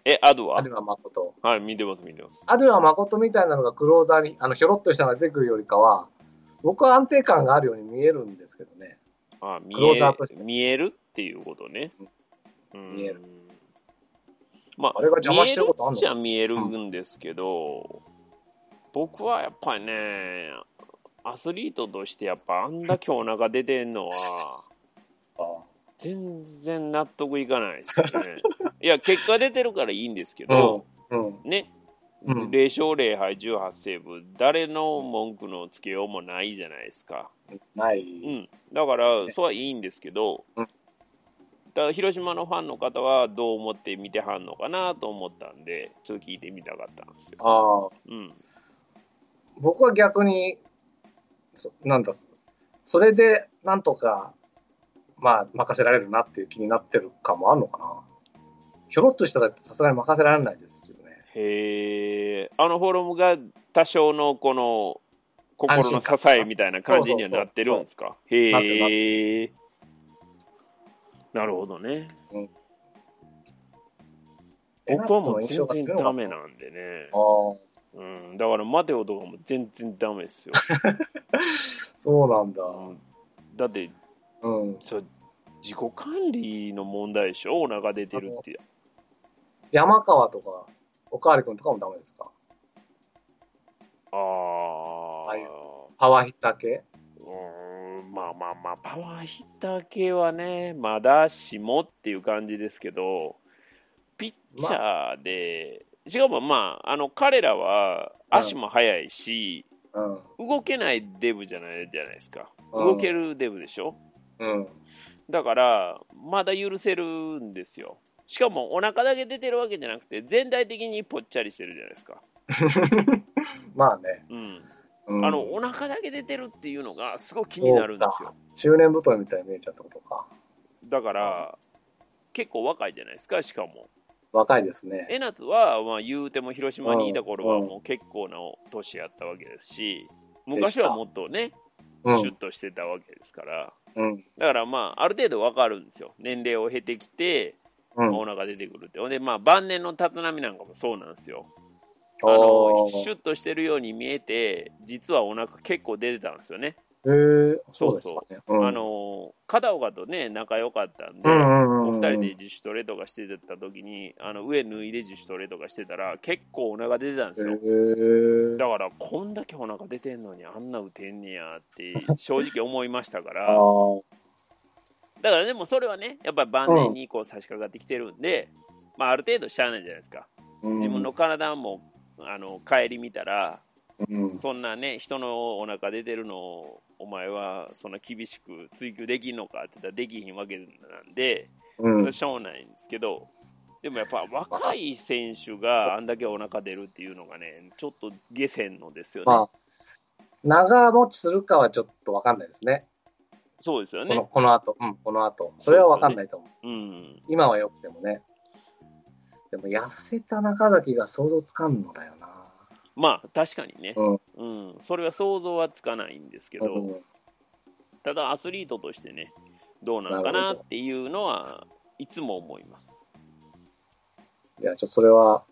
Speaker 1: えアド
Speaker 2: ア
Speaker 1: は
Speaker 2: デュア誠。
Speaker 1: はい見てます見てます
Speaker 2: アデュア誠みたいなのがクローザーに、あの、ひょろっとしたのが出てくるよりかは、僕は安定感があるように見えるんですけどね。
Speaker 1: あ見
Speaker 2: クロー
Speaker 1: え
Speaker 2: ザーとして
Speaker 1: 見えるっていうことね。うん
Speaker 2: 見える。
Speaker 1: まあ、
Speaker 2: あれが邪魔してることあんの
Speaker 1: 見えるっちゃ見えるんですけど、僕はやっぱりね、アスリートとしてやっぱあんだけお腹出てんのは、全然納得いかないです ね。いや、結果出てるからいいんですけど、
Speaker 2: うん。うん。
Speaker 1: ね。
Speaker 2: うん
Speaker 1: 0勝0敗18セーブ、誰の文句のつけようもないじゃないですか。
Speaker 2: ない。
Speaker 1: うん、だから、それはいいんですけど、
Speaker 2: うん
Speaker 1: だから広島のファンの方はどう思って見てはんのかなと思ったんで、ちょっと聞いてみたかったんですよ。
Speaker 2: ああ。
Speaker 1: うん、
Speaker 2: 僕は逆に、そなんだ、それでなんとか、まあ、任せられるなっていう気になってる感もあるのかな。ひょろっとしたらさすがに任せられないですよね。
Speaker 1: へえ、あのフォルムが多少のこの心の支
Speaker 2: 安心感
Speaker 1: えみたいな感じにはなってるんですか。
Speaker 2: なってるなっ
Speaker 1: へえ、なるほどね。
Speaker 2: うん
Speaker 1: 僕はもう
Speaker 2: えナッツの印象
Speaker 1: 全然
Speaker 2: が強いのかな
Speaker 1: ダメなんでね
Speaker 2: あ。あ、
Speaker 1: うん、だからマテオとかも全然ダメですよ。
Speaker 2: そうなんだ。
Speaker 1: うんだって
Speaker 2: うん。
Speaker 1: そう自己管理の問題でしょお腹出てるって
Speaker 2: 山川とか、おかわりくんとかもダメですか
Speaker 1: ああ
Speaker 2: あいうパワーヒッター系
Speaker 1: うーんまあまあまあパワーヒッター系はねまだしもっていう感じですけどピッチャーで、しかもまああの彼らは足も速いし、
Speaker 2: うん。
Speaker 1: 動けないデブじゃないじゃないですか
Speaker 2: うん
Speaker 1: 動けるデブでしょ、
Speaker 2: うん。
Speaker 1: だからまだ許せるんですよしかもお腹だけ出てるわけじゃなくて全体的にぽっちゃりしてるじゃないですか
Speaker 2: まあね。
Speaker 1: うん
Speaker 2: うん、
Speaker 1: あのお腹だけ出てるっていうのがすごい気になるんですよ
Speaker 2: 中年太りみたいに見えちゃったことか。
Speaker 1: だから結構若いじゃないですかしかも
Speaker 2: 若いですね。
Speaker 1: 江夏は、まあ、言うても広島にいた頃は
Speaker 2: うん
Speaker 1: もう結構な年やったわけですし昔はもっとね
Speaker 2: う
Speaker 1: シュッ
Speaker 2: ん。
Speaker 1: としてたわけですから
Speaker 2: うん。
Speaker 1: だからまあある程度わかるんですよ年齢を経てきて
Speaker 2: うん。
Speaker 1: お腹出てくるってほんでまあ晩年の立浪なんかもそうなんですよあ
Speaker 2: お
Speaker 1: の
Speaker 2: ー
Speaker 1: シュッとしてるように見えて実はお腹結構出てたんですよね
Speaker 2: えー、そうです
Speaker 1: そ
Speaker 2: か
Speaker 1: う
Speaker 2: ね。
Speaker 1: あの片岡とね仲良かったんで、
Speaker 2: うん、
Speaker 1: お
Speaker 2: うんうんうん
Speaker 1: 二人で自主トレとかしてた時にあの上脱いで自主トレとかしてたら結構お腹出てたんですよ、
Speaker 2: えー
Speaker 1: だからこんだけお腹出てんのにあんな打てんねやって 正直思いましたか
Speaker 2: あ
Speaker 1: ら
Speaker 2: ー
Speaker 1: だからでもそれはねやっぱり晩年にこう差し掛かってきてるんで、まあ、ある程度しゃあないじゃないですか
Speaker 2: うん
Speaker 1: 自分の体もあの帰り見たら
Speaker 2: うん
Speaker 1: そんなね人のお腹出てるのをお前はそんな厳しく追求できんのかって言ったらできひんわけなんで
Speaker 2: うん
Speaker 1: それしょうがないんですけどでもやっぱ若い選手があんだけお腹出るっていうのがねちょっと下船のですよね、
Speaker 2: まあ、長持ちするかはちょっとわかんないですね。
Speaker 1: そうですよ
Speaker 2: この、
Speaker 1: ね、
Speaker 2: この後。うん、この後。それはわかんないと思う。
Speaker 1: うん、
Speaker 2: 今は良くてもね。でも、痩せた中崎が想像つかんのだよな。
Speaker 1: まあ確かにね、
Speaker 2: うん。
Speaker 1: うん、それは想像はつかないんですけど、
Speaker 2: うん
Speaker 1: ただアスリートとしてねどうなのかなっていうのはいつも思い ます
Speaker 2: いや、ちょっとそれは、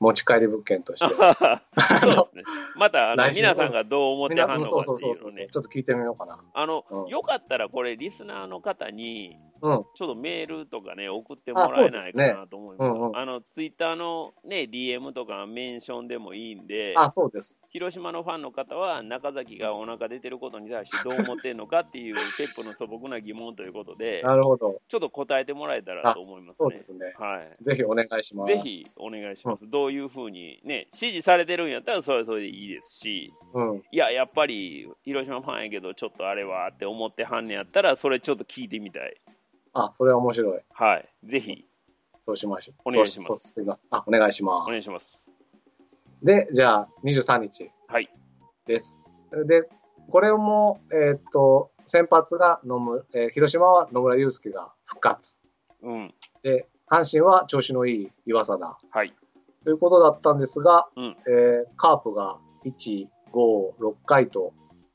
Speaker 2: 持ち帰り物件とし
Speaker 1: そ
Speaker 2: て。
Speaker 1: うですね。また、あの
Speaker 2: 来週
Speaker 1: 皆さんがどう思ってはんのか
Speaker 2: そう
Speaker 1: っ
Speaker 2: そう
Speaker 1: てい
Speaker 2: そう
Speaker 1: う
Speaker 2: そ
Speaker 1: の
Speaker 2: うそう。
Speaker 1: ね。
Speaker 2: ちょっと聞いてみようかな。
Speaker 1: あの、
Speaker 2: うん
Speaker 1: よかったらこれ、リスナーの方に、
Speaker 2: うん。
Speaker 1: ちょっとメールとかね、送ってもらえないかなと思います。あ
Speaker 2: あそうですねうんうん
Speaker 1: の、ツイッターのね、DM とかメンションでもいいんで、
Speaker 2: あ、そうです。
Speaker 1: 広島のファンの方は、中崎がお腹出てることに対してどう思ってんのかっていう、テップの素朴な疑問ということで、
Speaker 2: なるほど。
Speaker 1: ちょっと答えてもらえたらと思います
Speaker 2: そう
Speaker 1: ね
Speaker 2: で。すね。
Speaker 1: はい。
Speaker 2: ぜひお願いします。
Speaker 1: ぜ。ひお願いします。どういうふうにね、指示されてるんやったら、それはそれでいいですし、
Speaker 2: うん。
Speaker 1: いや、やっぱり広島ファンやけど、ちょっとあれはって思ってはんねやったら、それちょっと聞いてみたい。
Speaker 2: あ、それは面白い。
Speaker 1: はい。ぜひ、
Speaker 2: そうしましょ
Speaker 1: お
Speaker 2: う。
Speaker 1: 願いします
Speaker 2: そうそうします。あ、お願いしま
Speaker 1: お
Speaker 2: す。
Speaker 1: 願いします。
Speaker 2: で、じゃあ、23日
Speaker 1: はい。
Speaker 2: です。で、これも、えーっと、先発が野村、えー広島は野村祐介が復活。
Speaker 1: うん。
Speaker 2: で、阪神は調子のいい岩佐だ。
Speaker 1: はい。
Speaker 2: ということだったんですが、
Speaker 1: うん
Speaker 2: えーカープが1、5、6回と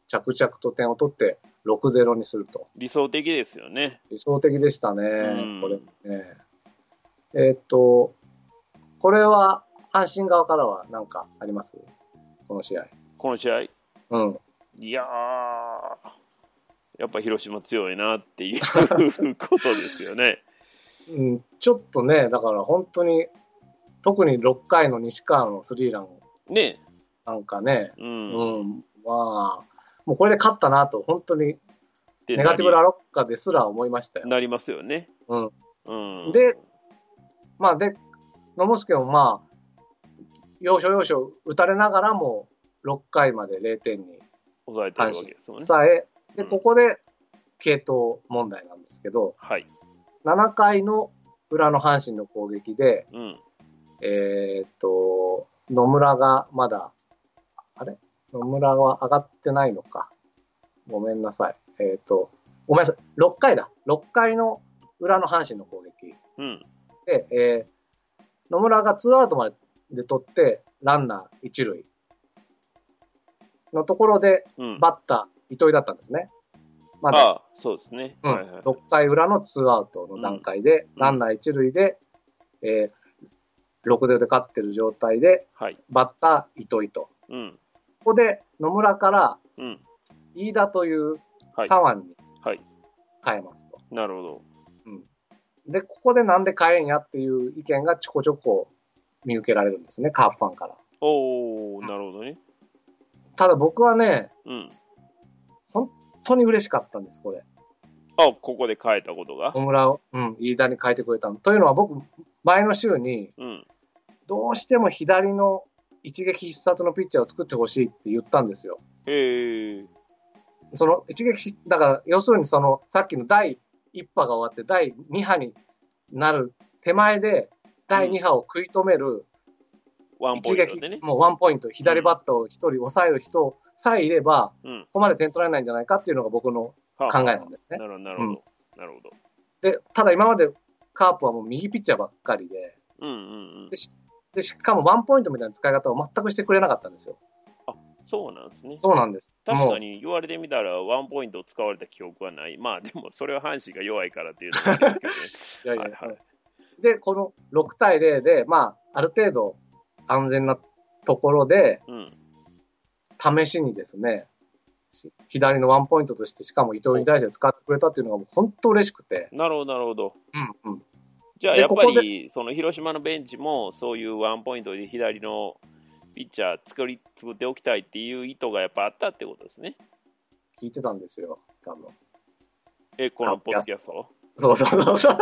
Speaker 2: 着々と点を取って6-0にすると。
Speaker 1: 理想的ですよね。
Speaker 2: 理想的でしたね、
Speaker 1: うん
Speaker 2: これね。えーっと、これは阪神側からは何かありますこの試合。
Speaker 1: この試合。
Speaker 2: うん。
Speaker 1: いやー、やっぱ広島強いなっていうことですよね。
Speaker 2: うん、ちょっとね、だから本当に、特に6回の西川のスリーラン
Speaker 1: ね。
Speaker 2: なんかね、
Speaker 1: うん。
Speaker 2: うん、まあ、もうこれで勝ったなと、本当に
Speaker 1: って
Speaker 2: ネ
Speaker 1: な
Speaker 2: ガ
Speaker 1: り
Speaker 2: ティブラロッカーですら思いましたよ。
Speaker 1: なりますよね。
Speaker 2: うん。
Speaker 1: うん。
Speaker 2: で、まあ、で、野茂介もまあ、要所要所打たれながらも、6回まで0点に
Speaker 1: 抑えてるわけですよね。
Speaker 2: 抑え、
Speaker 1: う
Speaker 2: で、
Speaker 1: ん
Speaker 2: ここで系統問題なんですけど、
Speaker 1: はい。
Speaker 2: 7回の裏の阪神の攻撃で、
Speaker 1: うん。
Speaker 2: えーっと、野村がまだ、あれ野村は上がってないのか。ごめんなさい。えーっと、ごめんなさい。6回だ。6回の裏の阪神の攻撃。
Speaker 1: うん。
Speaker 2: で、えー野村がツーアウトまでで取って、ランナー一塁のところで、
Speaker 1: うん。
Speaker 2: バッター、糸井だったんですね。まだ、
Speaker 1: ああ、そうですね。
Speaker 2: うん
Speaker 1: はいはい。
Speaker 2: 6回裏のツーアウトの段階で、
Speaker 1: うん
Speaker 2: ランナー一塁で、えー、6-0で勝ってる状態で、
Speaker 1: はい。
Speaker 2: バッター、糸井と。
Speaker 1: うん。
Speaker 2: ここで野村から
Speaker 1: うん。
Speaker 2: 飯田という
Speaker 1: はい。
Speaker 2: 左腕に
Speaker 1: はい。
Speaker 2: 変えますと。
Speaker 1: なるほど。
Speaker 2: で、ここでなんで変えんやっていう意見がちょこちょこ見受けられるんですね、カープファンから。
Speaker 1: おおなるほどね。
Speaker 2: ただ僕はね、
Speaker 1: うん。
Speaker 2: 本当に嬉しかったんです、これ。
Speaker 1: あ、ここで変えたことが
Speaker 2: 野。村を、うん、飯田に変えてくれたの。というのは僕、前の週に、
Speaker 1: うん。
Speaker 2: どうしても左の一撃必殺のピッチャーを作ってほしいって言ったんですよ。
Speaker 1: へえ。
Speaker 2: その一撃し、だから要するにそのさっきの第1波が終わって第2波になる手前で第2波を食い止める
Speaker 1: ワンポイ
Speaker 2: 一
Speaker 1: ン
Speaker 2: 撃、
Speaker 1: トでね。
Speaker 2: もうワンポイント、左バッターを1人抑える人さえいれば、
Speaker 1: うん。
Speaker 2: ここまで点取られないんじゃないかっていうのが僕の
Speaker 1: 考
Speaker 2: 考えなんですね
Speaker 1: な。るほど、なるほど。なるほど。
Speaker 2: で、ただ今までカープはもう右ピッチャーばっかりで、
Speaker 1: うんうんうん
Speaker 2: で。で、しかもワンポイントみたいな使い方を全くしてくれなかったんですよ。
Speaker 1: そうなんですね。
Speaker 2: そうなんです。
Speaker 1: 確か
Speaker 2: も
Speaker 1: に言われてみたら、ワンポイント使われた記憶はない。まあでも、それは阪神が弱いからっていうのもあるん です
Speaker 2: う
Speaker 1: け
Speaker 2: いや
Speaker 1: どね。
Speaker 2: いや
Speaker 1: はいはい。
Speaker 2: で、この6対0で、まあ、ある程度安全なところで、
Speaker 1: うん。
Speaker 2: 試しにですね、左のワンポイントとして、しかも伊藤に対して使ってくれたっていうのがもう本当嬉しくて、
Speaker 1: なるほど、なるほど。
Speaker 2: うんうん、
Speaker 1: じゃあ、
Speaker 2: で
Speaker 1: やっぱ
Speaker 2: ここ
Speaker 1: り、その広島のベンチも、そういうワンポイントで左のピッチャー作り作っておきたいっていう意図がやっぱあったってことですね。
Speaker 2: 聞いてたんですよ、多分。
Speaker 1: え、このポッドキャスト。
Speaker 2: そうそうそうそう。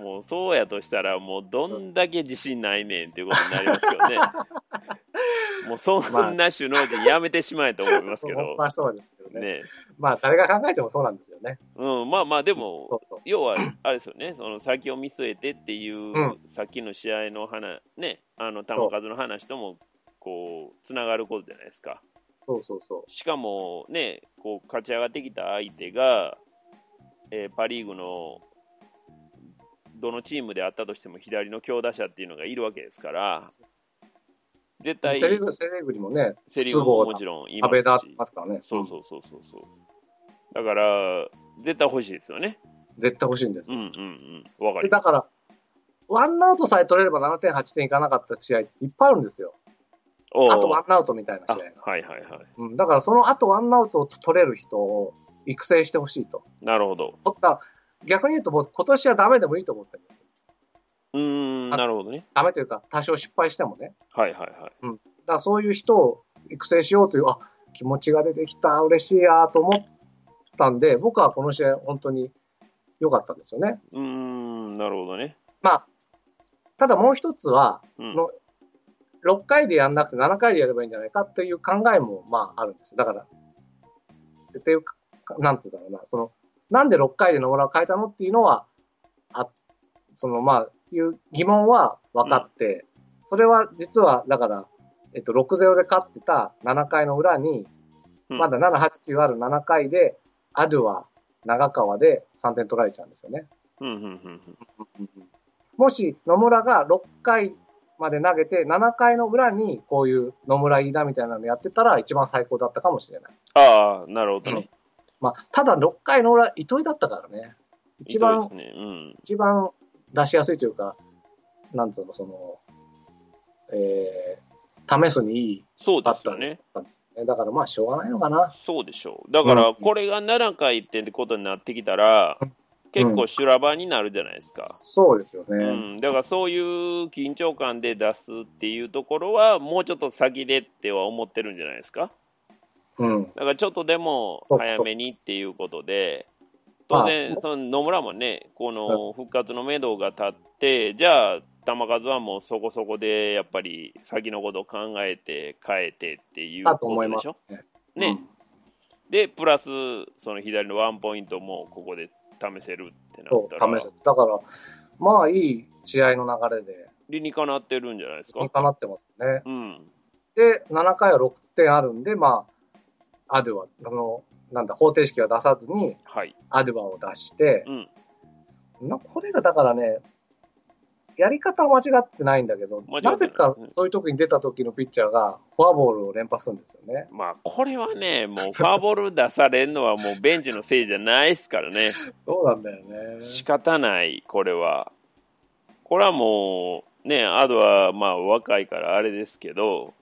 Speaker 1: もうそうやとしたら、もうどんだけ自信ないねんっていうことになりますけど ね。もうそんな首脳陣やめてしまえと思いますけ
Speaker 2: ほ
Speaker 1: ど
Speaker 2: ん ま。あそうですけどね
Speaker 1: ね。
Speaker 2: まあ、誰が考えてもそうなんですよね。
Speaker 1: うん、まあまあ、でも、
Speaker 2: そうそう。
Speaker 1: 要はあれですよね、その先を見据えてっていう、
Speaker 2: ん
Speaker 1: さっきの試合の話、ね、あの球数の話ともこうつながることじゃないですか。
Speaker 2: そうそうそう。
Speaker 1: しかも、ね、こう勝ち上がってきた相手が、えーパ・リーグのどのチームであったとしても左の強打者っていうのがいるわけですから、絶対
Speaker 2: セ・リーグセリーグにもね、
Speaker 1: セ・リーグももちろんい
Speaker 2: 阿
Speaker 1: ま
Speaker 2: 部だっ
Speaker 1: す
Speaker 2: て
Speaker 1: し
Speaker 2: ま、すからね。
Speaker 1: そうそうそうそうそう。だから、絶対欲しいですよね。
Speaker 2: 絶対欲しいんです
Speaker 1: うん。うんうん。わか
Speaker 2: で
Speaker 1: りま
Speaker 2: だ
Speaker 1: す。
Speaker 2: から、ワンアウトさえ取れれば7点、8点いかなかった試合っていっぱいあるんですよ。
Speaker 1: おう
Speaker 2: あとワンアウトみたいな
Speaker 1: あ
Speaker 2: 試合が。
Speaker 1: はいはいは
Speaker 2: うん、だからその後ワンアウトを取れる人を育成してほしいと。
Speaker 1: い。なるほど。
Speaker 2: 取った逆に言うと僕、今年はダメでもいいと思ってるんです。
Speaker 1: うーん、
Speaker 2: あ
Speaker 1: なるほどね。
Speaker 2: ダメというか、多少失敗してもね。
Speaker 1: はいはいはい。
Speaker 2: だからそういう人を育成しようという、あ、気持ちが出てきた、嬉しいやと思ったんで、僕はこの試合本当に良かったんですよね。
Speaker 1: うーん、なるほどね。
Speaker 2: まあ、ただもう一つは、
Speaker 1: うん。
Speaker 2: の6回でやんなくて7回でやればいいんじゃないかっていう考えもまああるんですよ。だから、っていうか、なんていうんだろうな、その、なんで6回で野村を変えたのっていうのは、あそのまあ、いう疑問は分かって、それは実は、だから、えっと、6-0で勝ってた7回の裏に、
Speaker 1: うん
Speaker 2: まだ7、8、9ある7回で、アドゥは長川で3点取られちゃうんですよね。
Speaker 1: うんうんうんうん。
Speaker 2: もし野村が6回まで投げて、7回の裏にこういう野村飯田みたいなのやってたら一番最高だったかもしれない。
Speaker 1: ああ、なるほどね。
Speaker 2: まあ、ただ6回の裏、糸井だったからね。一
Speaker 1: 意
Speaker 2: 番
Speaker 1: 図、ですね。うん。
Speaker 2: 一番出しやすいというか、なんつうの、その、えー、試すにいい
Speaker 1: そう
Speaker 2: バ
Speaker 1: で
Speaker 2: ッ
Speaker 1: す
Speaker 2: タ
Speaker 1: よ
Speaker 2: ーだ
Speaker 1: ね
Speaker 2: っ。たんですね。だからまあ、しょうがないのかな。
Speaker 1: そうでしょう。だから、
Speaker 2: うん
Speaker 1: これが7回ってことになってきたら、結構修羅場になるじゃないですか。
Speaker 2: そうですよね。
Speaker 1: うん、だからそういう緊張感で出すっていうところは、もうちょっと先でっては思ってるんじゃないですか。
Speaker 2: うん。
Speaker 1: だからちょっとでも
Speaker 2: そう
Speaker 1: 早めにっていうことで、
Speaker 2: まあ
Speaker 1: 当然、その野村もね、この復活のめどが立って、じゃあ、球数はもうそこそこで、やっぱり先のことを考えて、変えてっていう
Speaker 2: だ
Speaker 1: こと
Speaker 2: 思
Speaker 1: と
Speaker 2: い
Speaker 1: で
Speaker 2: ま
Speaker 1: し
Speaker 2: す
Speaker 1: ょ。
Speaker 2: ね。
Speaker 1: ねで、プラス、その左のワンポイントもここで試せるってな
Speaker 2: そ
Speaker 1: っ
Speaker 2: う、
Speaker 1: たら
Speaker 2: 試せ、だから、まあ、いい試合の流れで、
Speaker 1: 理にかなってるんじゃないです
Speaker 2: い
Speaker 1: か。
Speaker 2: いかなってますね。
Speaker 1: うん、
Speaker 2: で、7回は6点あるんで、まあ、アドゥは、あの、なんだ、方程式は出さずに、
Speaker 1: はい。
Speaker 2: アドゥバを出して
Speaker 1: う、ん、
Speaker 2: なこれがだからね、やり方は間違ってないんだけど
Speaker 1: 間違っ、てない
Speaker 2: なぜか
Speaker 1: うん
Speaker 2: そういう時に出た時のピッチャーが、フォアボールを連発するんですよね。
Speaker 1: まあ、これはね、もうフォアボール出されるのは、もうベンチのせいじゃないですからね。
Speaker 2: そうなんだよね。
Speaker 1: 仕方ない、これは。これはもう、ね、アドア、まあ若いからあれですけど、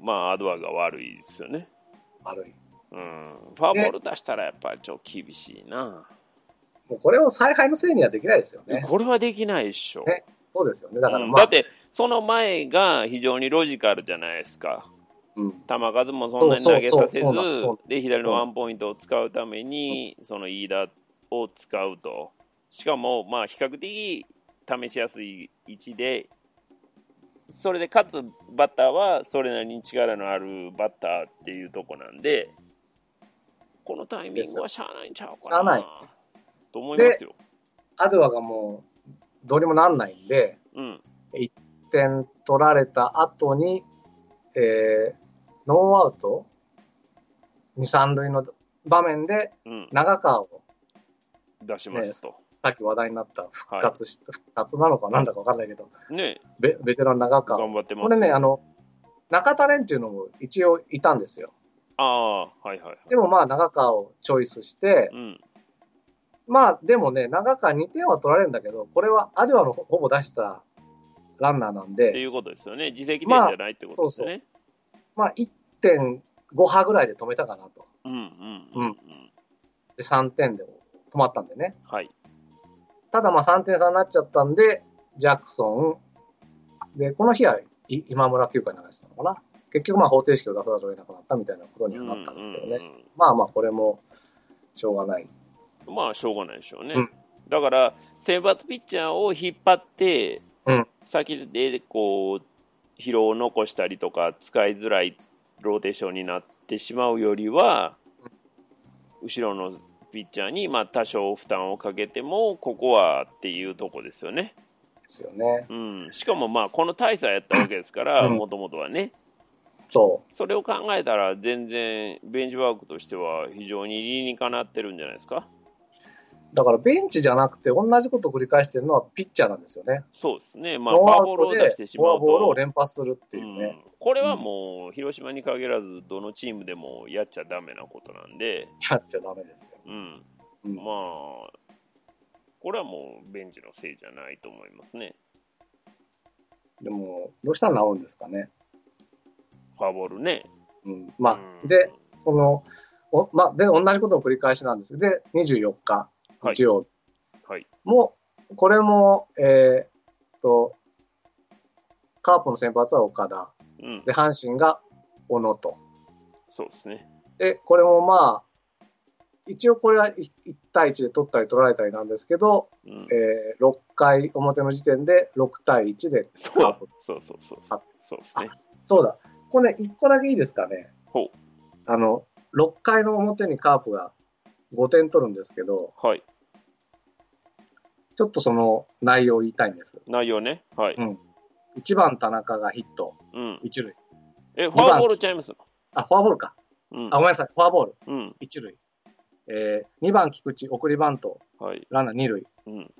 Speaker 1: まあアドアが悪いですよね。
Speaker 2: 悪い。
Speaker 1: うん。ファーボール出したらやっぱりちょっと厳しいな。
Speaker 2: もうこれを采配のせいにはできないですよね。
Speaker 1: これはできないっしょ。
Speaker 2: ねそうですよね。だから、
Speaker 1: うん
Speaker 2: まあ、
Speaker 1: だって、その前が非常にロジカルじゃないですか。
Speaker 2: うん、
Speaker 1: 球数もそんなに投げさせず
Speaker 2: そうそうそうそうなんそ、
Speaker 1: で、左のワンポイントを使うために、その飯田を使うと。しかも、まあ、比較的試しやすい位置で、それで、かつ、バッターは、それなりに力のあるバッターっていうとこなんで、このタイミングはしゃあないんちゃうかな。
Speaker 2: しゃあない
Speaker 1: と思いますよ。
Speaker 2: アドゥアがもう、どうにもなんないんで、
Speaker 1: うん。
Speaker 2: 1点取られた後に、えーノーアウト、2、3塁の場面で、
Speaker 1: うん。
Speaker 2: 長川を、
Speaker 1: 出しますと。
Speaker 2: さっき話題になった復
Speaker 1: は
Speaker 2: 活し、復活なのかなんだかわかんないけど、
Speaker 1: い。ね
Speaker 2: ベベテラン長川。
Speaker 1: 頑張ってます。
Speaker 2: これね、あの、中田蓮っていうのも一応いたんですよ。
Speaker 1: ああ、はいはいはい。
Speaker 2: でもまあ長川をチョイスして、
Speaker 1: うん。
Speaker 2: まあでもね、長川2点は取られるんだけど、これはアデュアのほぼ出したランナーなん
Speaker 1: ってい
Speaker 2: で、
Speaker 1: うことですよね。自責点じ
Speaker 2: まあ
Speaker 1: ゃないってことですね。
Speaker 2: まあ1点5波ぐらいで止めたかなと。
Speaker 1: うんうんうん、うん、
Speaker 2: で、3点で止まったんでね。
Speaker 1: はい。
Speaker 2: ただまあ3点差になっちゃったんで、ジャクソン、で、この日はい今村球界流してたのかな。結局まあ方程式を出さざるを得なくなったみたいなことにはなったんですけどね。
Speaker 1: うんうん
Speaker 2: まあまあこれもしょうがない。
Speaker 1: うんまあ、しょうがないでしょうね。
Speaker 2: うん
Speaker 1: だから、先発ピッチャーを引っ張って、
Speaker 2: うん
Speaker 1: 先でこう疲労を残したりとか、使いづらいローテーションになってしまうよりは、後ろのピッチャーにまあ多少負担をかけても、ここはっていうとこですよね。
Speaker 2: ですよね。
Speaker 1: うん、しかもまあこの大差やったわけですから、
Speaker 2: うん
Speaker 1: もともとはね、
Speaker 2: そ
Speaker 1: それを考えたら、全然ベンチワークとしては非常に理にかなってるんじゃないですか。
Speaker 2: う。だからベンチじゃなくて同じことを繰り返してるのはピッチャーなんですよね。
Speaker 1: そうですね、まあ、フ
Speaker 2: ノ
Speaker 1: ォ
Speaker 2: ー
Speaker 1: ア
Speaker 2: ア
Speaker 1: ボー
Speaker 2: ウ
Speaker 1: ルを
Speaker 2: ト
Speaker 1: 出
Speaker 2: で
Speaker 1: してし
Speaker 2: フォ
Speaker 1: ま
Speaker 2: ア
Speaker 1: う
Speaker 2: ボールを
Speaker 1: と、
Speaker 2: 連発するっていう
Speaker 1: う
Speaker 2: ね。
Speaker 1: ん、これはもう、広島に限らず、どのチームでもやっちゃダメなことなんで、
Speaker 2: やっちゃダメですよ。
Speaker 1: うん、
Speaker 2: うん
Speaker 1: まあ、これはもう、ベンチのせいじゃないと思いますね、
Speaker 2: でも、どうしたら治るんですかね。
Speaker 1: フォアボールね。
Speaker 2: うん。ま
Speaker 1: う
Speaker 2: あ、
Speaker 1: ん
Speaker 2: で、、その、おまあ、で、同じことの繰り返しなんですで、24日、
Speaker 1: はい
Speaker 2: 日曜
Speaker 1: はい、
Speaker 2: も、これも、えーっと、カープの先発は岡田、
Speaker 1: うん、
Speaker 2: で、阪神が小野と。
Speaker 1: そうですね、
Speaker 2: で、これもまあ、一応これは1対1で取ったり取られたりなんですけど、
Speaker 1: うん、
Speaker 2: えー6回表の時点で6対1で、
Speaker 1: そうそうそうそうそう
Speaker 2: あ、
Speaker 1: そうですね、
Speaker 2: そうだ、これね、1個だけいいですかね。
Speaker 1: ほう
Speaker 2: あの、6回の表にカープが5点取るんですけど、
Speaker 1: はい、
Speaker 2: ちょっとその内容を言いたいんです。、
Speaker 1: 内容ね、はいう
Speaker 2: ん。1番田中がヒット、
Speaker 1: うん、
Speaker 2: 1塁。
Speaker 1: え、フォアボールちゃいますの
Speaker 2: あ、フォアボールか。
Speaker 1: うん
Speaker 2: あ、ごめんなさい、フォアボール、
Speaker 1: うん、
Speaker 2: 1塁。えー、2番菊池、送りバント、
Speaker 1: はい、
Speaker 2: ランナー2塁。
Speaker 1: うん、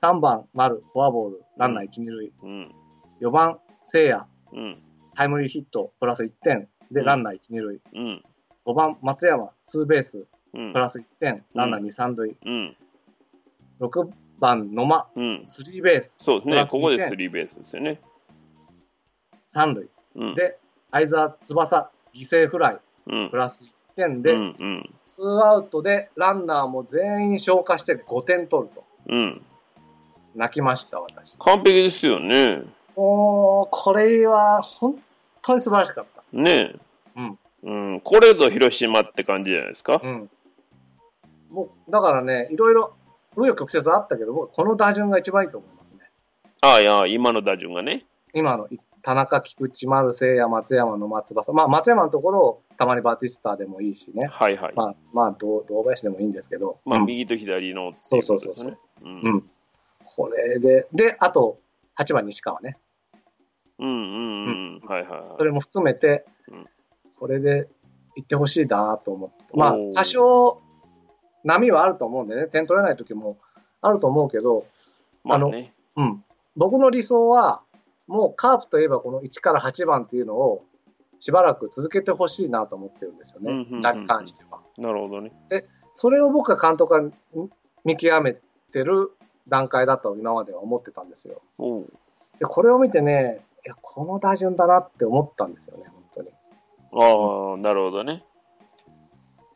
Speaker 2: 3番丸、フォアボール、ランナー1、2塁。
Speaker 1: うん、
Speaker 2: 4番聖夜、
Speaker 1: うん、
Speaker 2: タイムリーヒット、プラス1点。で、
Speaker 1: うん
Speaker 2: ランナー1、2塁。
Speaker 1: うん、
Speaker 2: 5番松山、ツーベース、
Speaker 1: うん
Speaker 2: プ、ラス1点。ランナー2、3塁。
Speaker 1: うん、
Speaker 2: 6番野間、
Speaker 1: うん、
Speaker 2: スリーベース、
Speaker 1: そうです
Speaker 2: プラ
Speaker 1: ね、
Speaker 2: ス
Speaker 1: ここで
Speaker 2: 2点
Speaker 1: スリーベースですよね。
Speaker 2: 3塁。
Speaker 1: うん、
Speaker 2: で、相沢翼、犠牲フライ、
Speaker 1: うん
Speaker 2: プ、ラス1点で、
Speaker 1: うん、うん、
Speaker 2: ツーアウトでランナーも全員消化して5点取ると。
Speaker 1: うん、
Speaker 2: 泣きました、私。
Speaker 1: 完璧ですよね。
Speaker 2: おー、これは本当に素晴らしかっ
Speaker 1: ね
Speaker 2: た。うん。
Speaker 1: え、うん、これぞ広島って感じじゃないですか
Speaker 2: う。ん。もう、だからね、いろいろ、紆余曲折あったけど、僕この打順が一番いいと思いますね。
Speaker 1: ああ、いや、今の打順がね。
Speaker 2: 今の、田中、菊池、丸、聖也、松山の松葉さん。まあ、松山のところを、たまにバーティスターでもいいしね。
Speaker 1: はいはい。
Speaker 2: まあ、まあ、堂堂林でもいいんですけど。
Speaker 1: まあ、
Speaker 2: うん
Speaker 1: 右と左のってい
Speaker 2: そうう
Speaker 1: こと
Speaker 2: そう
Speaker 1: です
Speaker 2: そ
Speaker 1: ね。
Speaker 2: うそう。
Speaker 1: う
Speaker 2: うんん。これで、で、あと、8番西川ね。
Speaker 1: うんうんうん。はいはいはい。
Speaker 2: それも含めて
Speaker 1: うん、
Speaker 2: これで行ってほしいなと思って、まあ
Speaker 1: おー、
Speaker 2: 多少、波はあると思うんでね、点取れない時もあると思うけど、
Speaker 1: まあ
Speaker 2: あの
Speaker 1: ね。
Speaker 2: うん、僕の理想は、もうカープといえばこの1から8番っていうのを、しばらく続けてほしいなと思ってるんですよ
Speaker 1: うんうん
Speaker 2: ね
Speaker 1: うんうん、
Speaker 2: 打に関しては。
Speaker 1: なるほどね。
Speaker 2: それを僕が監督がん見極めてる段階だと今までは思ってたんですよ。
Speaker 1: おう
Speaker 2: で、これを見てね、いや、この打順だなって思ったんですよね、本当に。
Speaker 1: ああ、なるほどね。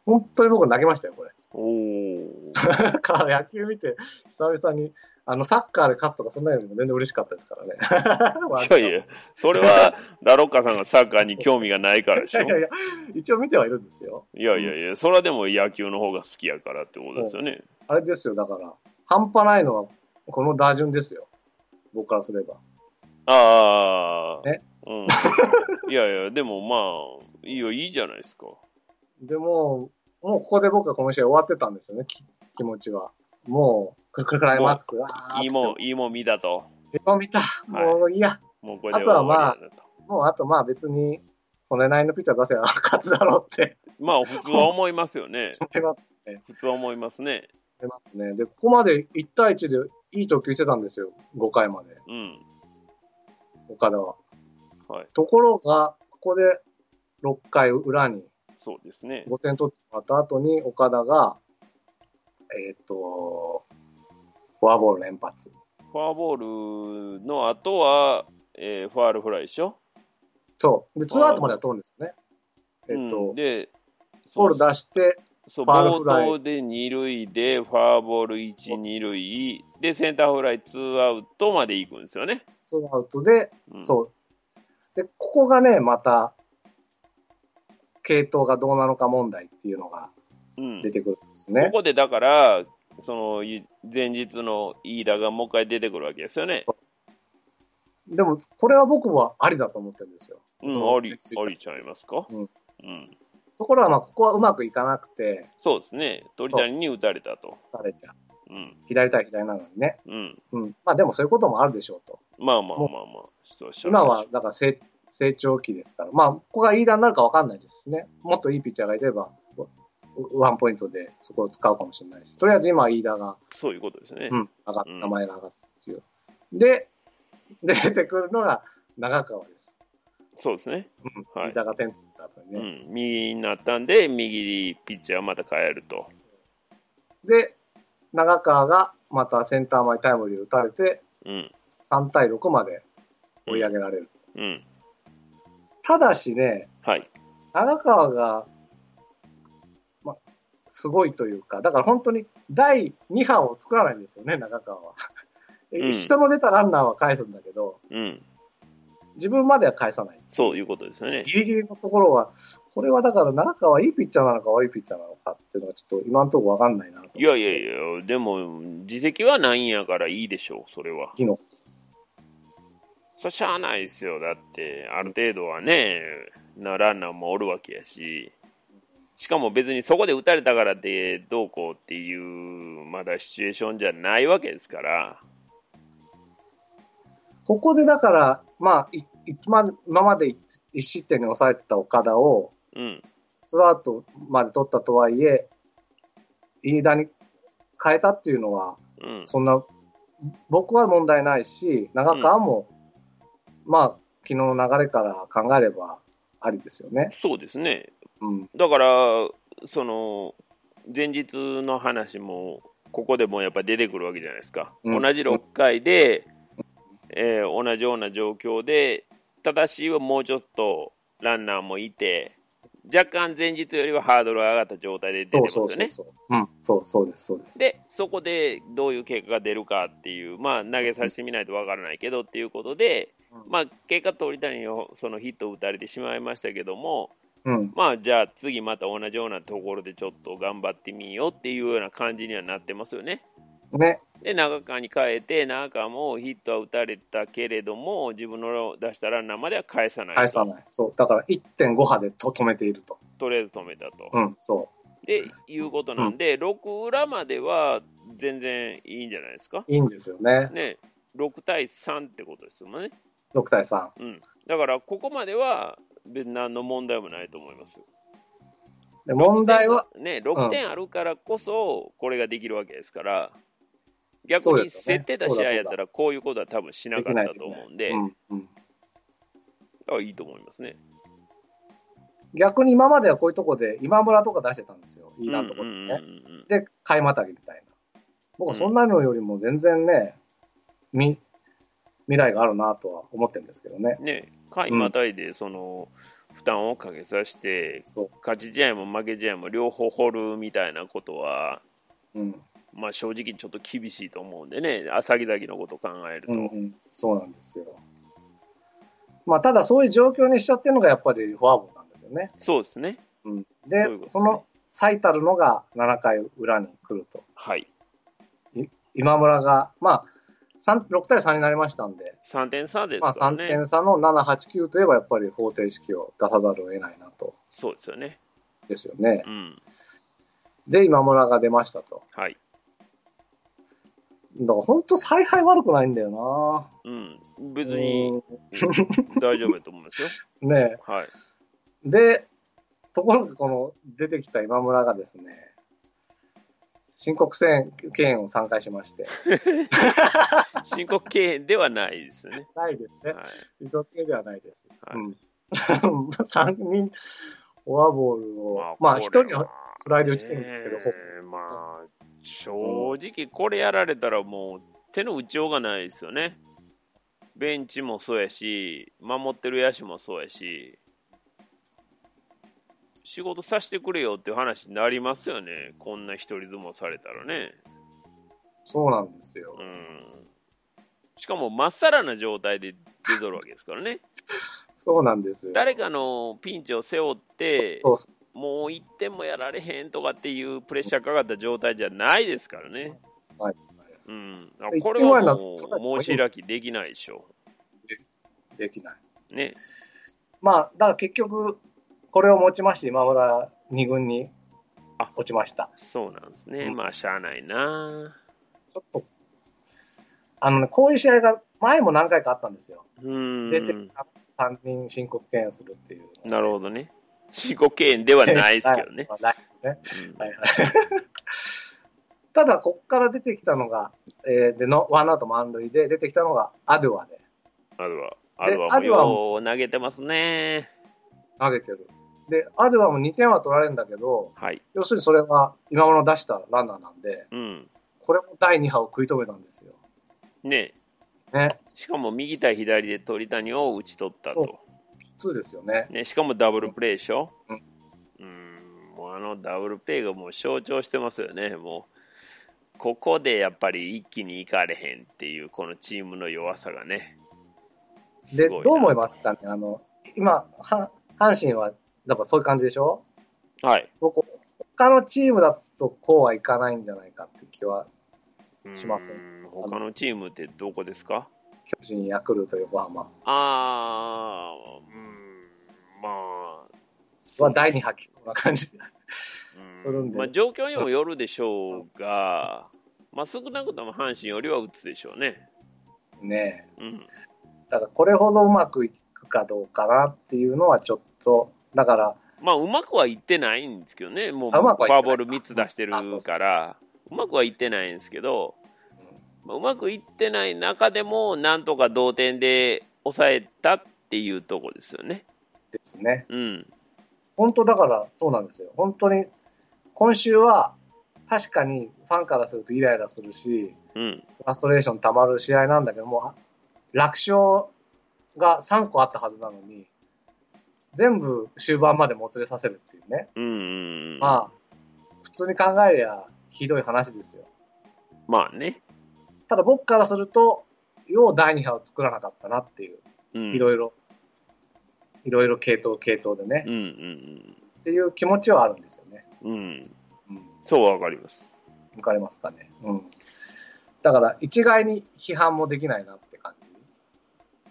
Speaker 2: 本当に僕投げましたよ、これ。
Speaker 1: おお。
Speaker 2: なんか野球見て、久々に、あの、サッカーで勝つとか、そんなよりも全然嬉しかったで すからね。
Speaker 1: いやいや、それは、ラロッカさんがサッカーに興味がないからでしょ。
Speaker 2: いやいや、一応見てはいるんですよ。
Speaker 1: いやいやいや、それはでも野球の方が好きやからってことですよね。
Speaker 2: あれですよ、だから、半端ないのは、この打順ですよ。僕からすれば。
Speaker 1: ああ。
Speaker 2: え
Speaker 1: うん。いやいや、でもまあ、いいよ、いいじゃないですか。
Speaker 2: でも、もうここで僕はこの試合終わってたんですよね、き気持ちは。もう、クルクルクライマックス、あー
Speaker 1: いいもん、いいもん見だと。
Speaker 2: もう見た。もう、いや、
Speaker 1: もうこれで
Speaker 2: あとは
Speaker 1: 終
Speaker 2: まあ
Speaker 1: わりだなと。
Speaker 2: もうあとまあ別に、それなりのピッチャー出せば勝つだろうって
Speaker 1: まあ、普通は思いますよね。
Speaker 2: 思います
Speaker 1: 普通は思いますね。
Speaker 2: 出ますね。で、ここまで1対1でいい投球してたんですよ、5回まで、
Speaker 1: うん。
Speaker 2: 岡田は。
Speaker 1: はい。
Speaker 2: ところが、ここで6回裏に
Speaker 1: そうですね。
Speaker 2: 5点取ってもらった後に、岡田が、えーっ、と、フォアボール連発。
Speaker 1: フォアボールの後は、えーファールフライでしょ
Speaker 2: そう。で、ツーアウトまでは取るんですよね。えっ、と、
Speaker 1: うんで、
Speaker 2: ボール出して、
Speaker 1: そう
Speaker 2: ファウル
Speaker 1: 冒
Speaker 2: フライ
Speaker 1: 頭で二塁でファーボール一二塁でセンターフライツーアウトまで行くんですよね。
Speaker 2: そのアウトで、
Speaker 1: うん、
Speaker 2: そう。で、ここがね、また、系統がどうなのか問題っていうのが
Speaker 1: うん
Speaker 2: 出てくるんです
Speaker 1: こ
Speaker 2: ね。
Speaker 1: こでだからそのい前日の飯田がもう一回出てくるわけですよね。
Speaker 2: でも、これは僕はありだと思ってるんですよ。
Speaker 1: うん、
Speaker 2: そ
Speaker 1: あ
Speaker 2: う
Speaker 1: り
Speaker 2: ついた
Speaker 1: ありちゃいますか。
Speaker 2: うん
Speaker 1: うん
Speaker 2: ところが、まあ、ここはうまくいかなくて、
Speaker 1: そうですね。鳥谷に打たれたと。
Speaker 2: 打たれちゃう。
Speaker 1: うん。
Speaker 2: 左対左なのにね。
Speaker 1: うん。
Speaker 2: うん。まあ、でもそういうこともあるでしょうと。
Speaker 1: まあまあまあまあ。そうしゃる
Speaker 2: 今は、だから成、成長期ですから。まあ、ここがいい段になるかわかんないですしね。もっといいピッチャーがいれば、ワワンポイントでそこを使うかもしれないし。とりあえず今は飯田が
Speaker 1: そういうことですね。
Speaker 2: うん、上がっ
Speaker 1: うん
Speaker 2: 名前が上がったんですよ。で、出てくるのが長川です。
Speaker 1: そうですね。
Speaker 2: うん、
Speaker 1: はい
Speaker 2: 板が点取った後に
Speaker 1: う
Speaker 2: ね。
Speaker 1: ん。右になったんで、右ピッチャーまた変えると。
Speaker 2: で、長川がまたセンター前タイムリーを打たれて、
Speaker 1: うん。
Speaker 2: 3対6まで追い上げられる。
Speaker 1: うん。
Speaker 2: ただしね、
Speaker 1: はい。
Speaker 2: 長川が、ま、すごいというか、だから本当に第2波を作らないんですよね、長川は。
Speaker 1: うん
Speaker 2: 人の出たランナーは返すんだけど、
Speaker 1: うん。
Speaker 2: 自分までは返さない。
Speaker 1: そういうことですよね。
Speaker 2: ギリギリのところは、これはだから、中川はいいピッチャーなのか悪いピッチャーなのかっていうのは、ちょっと今のところわかんないなと。
Speaker 1: いやいやいや、でも、自責はないんやからいいでしょう、それは。
Speaker 2: いいの
Speaker 1: それしゃあないですよ。だって、ある程度はね、なランナーもおるわけやし、しかも別にそこで打たれたからでどうこうっていう、まだシチュエーションじゃないわけですから、
Speaker 2: ここでだから、まあ、いいま今まで1失点に抑えてた岡田を、
Speaker 1: うん、
Speaker 2: ツーアウトまで取ったとはいえ、飯田に変えたっていうのは、
Speaker 1: うん、
Speaker 2: そんな、僕は問題ないし、長川も、まあ、昨日の流れから考えれば、ありですよね。
Speaker 1: そうですね。
Speaker 2: うん。
Speaker 1: だから、その、前日の話も、ここでもやっぱ出てくるわけじゃないですか。
Speaker 2: うん
Speaker 1: 同じ6回で、えー同じような状況で、ただしはもうちょっとランナーもいて、若干前日よりはハードルが上がった状態で出て
Speaker 2: そ
Speaker 1: ますよ
Speaker 2: うそうそ
Speaker 1: ね
Speaker 2: う。そう。うん、そうそうです、そうです。
Speaker 1: で、そこでどういう結果が出るかっていう、まあ、投げさせてみないとわからないけどっていうことで、
Speaker 2: うん
Speaker 1: まあ、結果、鳥谷にそのヒットを打たれてしまいましたけども、
Speaker 2: うん、
Speaker 1: まあじゃあ次また同じようなところでちょっと頑張ってみようっていうような感じにはなってますよね。
Speaker 2: ね。
Speaker 1: で長川に変えて長川もヒットは打たれたけれども自分の出したランナーまでは返さないと
Speaker 2: 返さない。そう。だから1.5波でと止めていると。
Speaker 1: とりあえず止めたと、
Speaker 2: うん、そ
Speaker 1: でいうことなんで、6裏までは全然いいんじゃないですか
Speaker 2: う。いいんですよね。
Speaker 1: ね6対3ってことですもんね、
Speaker 2: 6対3。
Speaker 1: うん、だからここまでは別に何の問題もないと思います
Speaker 2: で、問題は、
Speaker 1: ね、6点あるからこそ、これができるわけですから、逆
Speaker 2: そう
Speaker 1: に
Speaker 2: ですよね
Speaker 1: 競ってた試合やったら、こういうことは多分しなかったと思うんで、
Speaker 2: うん、うん。
Speaker 1: あいいと思いますね。
Speaker 2: 逆に今まではこういうとこで、今村とか出してたんですよ。いいなとこ
Speaker 1: うん
Speaker 2: で
Speaker 1: うんうんう
Speaker 2: ね。
Speaker 1: ん
Speaker 2: で、買いまたぎみたいな。僕
Speaker 1: う
Speaker 2: は
Speaker 1: ん
Speaker 2: そんなのよりも全然ね、み、未来があるなとは思ってるんですけどね。
Speaker 1: ね、回またいで、その、負担をかけさせて、
Speaker 2: そ
Speaker 1: 勝ち試合も負け試合も両方掘るみたいなことは、
Speaker 2: う。うん。
Speaker 1: まあ正直ちょっと厳しいと思うんでね、あ先々のことを考えると。
Speaker 2: うん、うん。そうなんですよ。まあ、ただそういう状況にしちゃってるのがやっぱりフォアボールなんですよね。
Speaker 1: そうですね。
Speaker 2: う
Speaker 1: そ
Speaker 2: ん。
Speaker 1: う
Speaker 2: で、
Speaker 1: いうことです
Speaker 2: そ
Speaker 1: ね
Speaker 2: の最たるのが7回裏に来ると。
Speaker 1: はい。
Speaker 2: 今村が、まあ、三6対3になりましたんで、
Speaker 1: 3点差です
Speaker 2: まあ、
Speaker 1: から
Speaker 2: 3
Speaker 1: ね。
Speaker 2: 点差の7、8、9といえばやっぱり方程式を出さざるを得ないなと、
Speaker 1: そうですよね。
Speaker 2: ですよね
Speaker 1: う。ん。
Speaker 2: で、今村が出ましたと。
Speaker 1: はい。
Speaker 2: だから本当、采配悪くないんだよ
Speaker 1: うん。
Speaker 2: な。
Speaker 1: 別に、
Speaker 2: うん
Speaker 1: 大丈夫だと思いますよ。
Speaker 2: ね
Speaker 1: はい。
Speaker 2: えで、ところがこの出てきた今村がですね、申告敬遠を3回しまして、
Speaker 1: 申告敬遠ではないですよね。
Speaker 2: ないですね
Speaker 1: は。
Speaker 2: 申告敬遠ではないです。
Speaker 1: はい
Speaker 2: うん、3人、 フォアボール
Speaker 1: い。
Speaker 2: を、まあ、1人はフライで打ちてるんですけど、
Speaker 1: ねえまあ、正直これやられたらもう手の打ちようがないですよね。ベンチもそうやし、守ってる野手もそうやし、仕事させてくれよっていう話になりますよね、こんな一人相撲されたらね。
Speaker 2: そうなんですよ
Speaker 1: う。ん、しかも、まっさらな状態で出とるわけですからね、
Speaker 2: そうなんですよ。
Speaker 1: 誰かのピンチを背負って、
Speaker 2: そうそう
Speaker 1: もう1点もやられへんとかっていうプレッシャーかかった状態じゃないですからね、
Speaker 2: はい
Speaker 1: うん、あこれはもう申し開きできないでしょ
Speaker 2: できない。
Speaker 1: う。ね、
Speaker 2: まあ、だから結局、これをもちまして、今村2軍に
Speaker 1: あ
Speaker 2: 落ちました。
Speaker 1: そうなんですね、
Speaker 2: うん
Speaker 1: まあ、しゃあないな。
Speaker 2: ちょっと、あのね、こういう試合が前も何回かあったんですよ。
Speaker 1: うん
Speaker 2: 出て3人申告敬遠するっていう。
Speaker 1: なるほどね。自己敬遠ではないですけどね。
Speaker 2: はいない
Speaker 1: うん
Speaker 2: はいはいただ、ここから出てきたのが、えーでのワンアウト満塁で出てきたのがアドゥアで
Speaker 1: アドは。アド
Speaker 2: ア
Speaker 1: はも
Speaker 2: ドは
Speaker 1: よう投げてますね。
Speaker 2: 投げてる。で、アドゥアも2点は取られるんだけど、
Speaker 1: はい。
Speaker 2: 要するにそれが今村の出したランナーなんで、
Speaker 1: うん。
Speaker 2: これも第2波を食い止めたんですよ。
Speaker 1: ね
Speaker 2: ね、
Speaker 1: しかも右対左で鳥谷を打ち取ったと
Speaker 2: そ。普通ですよね。
Speaker 1: ね、しかもダブルプレーでしょ
Speaker 2: う
Speaker 1: うん。もうあのダブルプレーがもう象徴してますよね。もう、ここでやっぱり一気に行かれへんっていう、このチームの弱さがね。
Speaker 2: で、
Speaker 1: す
Speaker 2: ど
Speaker 1: ご
Speaker 2: う
Speaker 1: な
Speaker 2: 思いますかねあの、今、は阪神は、だからそういう感じでしょ
Speaker 1: はい。
Speaker 2: 僕、他のチームだとこうはいかないんじゃないかって気は、しません
Speaker 1: うん他のチームってどこですか
Speaker 2: 巨人、ヤクルト、横浜
Speaker 1: ああ、うん、まあ、
Speaker 2: は第2波きそうな感じ。
Speaker 1: う
Speaker 2: するん
Speaker 1: ん、
Speaker 2: で
Speaker 1: まあ状況にもよるでしょうが、まあ少なくとも阪神よりは打つでしょうね。
Speaker 2: ねえ
Speaker 1: うん、
Speaker 2: だからこれほどうまくいくかどうかなっていうのはちょっと、だから、
Speaker 1: まあうまくはいってないんですけどね、もうフ
Speaker 2: あうまくはいって
Speaker 1: ォ
Speaker 2: ない
Speaker 1: アボール3つ出してる
Speaker 2: あそうそう
Speaker 1: から、うまくはいってないんですけど、まあうまくいってない中でも、なんとか同点で抑えたっていうとこですよね。
Speaker 2: ですね。
Speaker 1: うん、
Speaker 2: 本当だからそうなんですよ。本当に、今週は確かにファンからするとイライラするし、
Speaker 1: うん、
Speaker 2: フラストレーション溜まる試合なんだけども、あ楽勝が3個あったはずなのに、全部終盤までもつれさせるっていうね。
Speaker 1: うん、うん。
Speaker 2: まあ、普通に考えりゃひどい話ですよ。
Speaker 1: まあね。
Speaker 2: ただ僕からすると、よう第2波を作らなかったなっていう、
Speaker 1: うん、
Speaker 2: いろいろ、いろいろ系統系統でね、
Speaker 1: うん、うん、
Speaker 2: っていう気持ちはあるんですよね。
Speaker 1: うん。うん
Speaker 2: うん。
Speaker 1: そうわかります。
Speaker 2: 向かれますかね。うん。だから一概に批判もできないなって感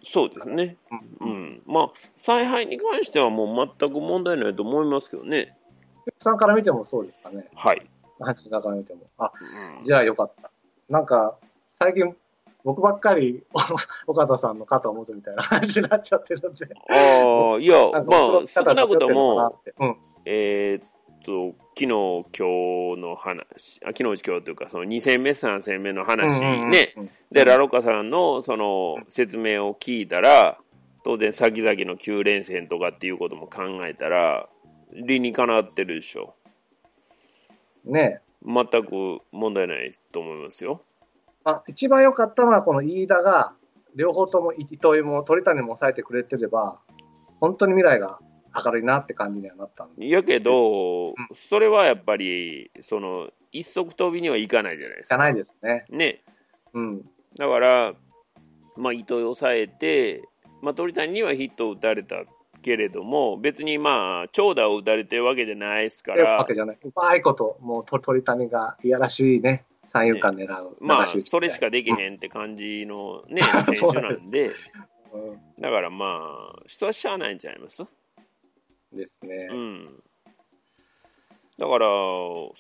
Speaker 2: じ。
Speaker 1: そうですね。
Speaker 2: う
Speaker 1: う。ん。まあ、采配に関してはもう全く問題ないと思いますけどね。
Speaker 2: さんから見てもそうですかね。
Speaker 1: はい。
Speaker 2: 阪神側から見ても。あ、
Speaker 1: うん
Speaker 2: じゃあよかった。なんか、最近、僕ばっかり、 岡田さんの肩を持つみたいな話になっちゃってるんで。
Speaker 1: ああ、いや、
Speaker 2: なんか
Speaker 1: まあ、少なくと
Speaker 2: 肩
Speaker 1: も、
Speaker 2: が立ってるのかなって
Speaker 1: えーっと、昨日、今日の話、あ昨日、今日というか、その2戦目、3戦目の
Speaker 2: うん。
Speaker 1: 話
Speaker 2: うんうんうん
Speaker 1: ね。。
Speaker 2: うん
Speaker 1: で、ラロカさんの、その、説明を聞いたら、当然、先々の9連戦とかっていうことも考えたら、理にかなってるでしょ。
Speaker 2: ねえ
Speaker 1: 全く問題ないと思いますよ。
Speaker 2: あ、一番良かったのは、この飯田が、両方とも伊藤も鳥谷も抑えてくれてれば、本当に未来が明るいなって感じにはなったんで。
Speaker 1: やけど、
Speaker 2: ん
Speaker 1: それはやっぱり、その、一足飛びにはいかないじゃないです
Speaker 2: じゃ
Speaker 1: か。
Speaker 2: ないですね。
Speaker 1: ね。
Speaker 2: うん。
Speaker 1: だから、まあ、糸を抑えて、まあ、鳥谷にはヒットを打たれたけれども、別にまあ、長打を打たれてるわけじゃないですか
Speaker 2: ってわ
Speaker 1: ら
Speaker 2: け、じゃない。うまいこと、もうと鳥谷がいやらしいね、三遊間狙う。
Speaker 1: まあ、
Speaker 2: 流打ち
Speaker 1: それしかできへんって感じのね、
Speaker 2: うん
Speaker 1: 選手なんで、
Speaker 2: うん
Speaker 1: だからまあ、人はしゃあないんちゃいます
Speaker 2: ですね
Speaker 1: う。ん。だから、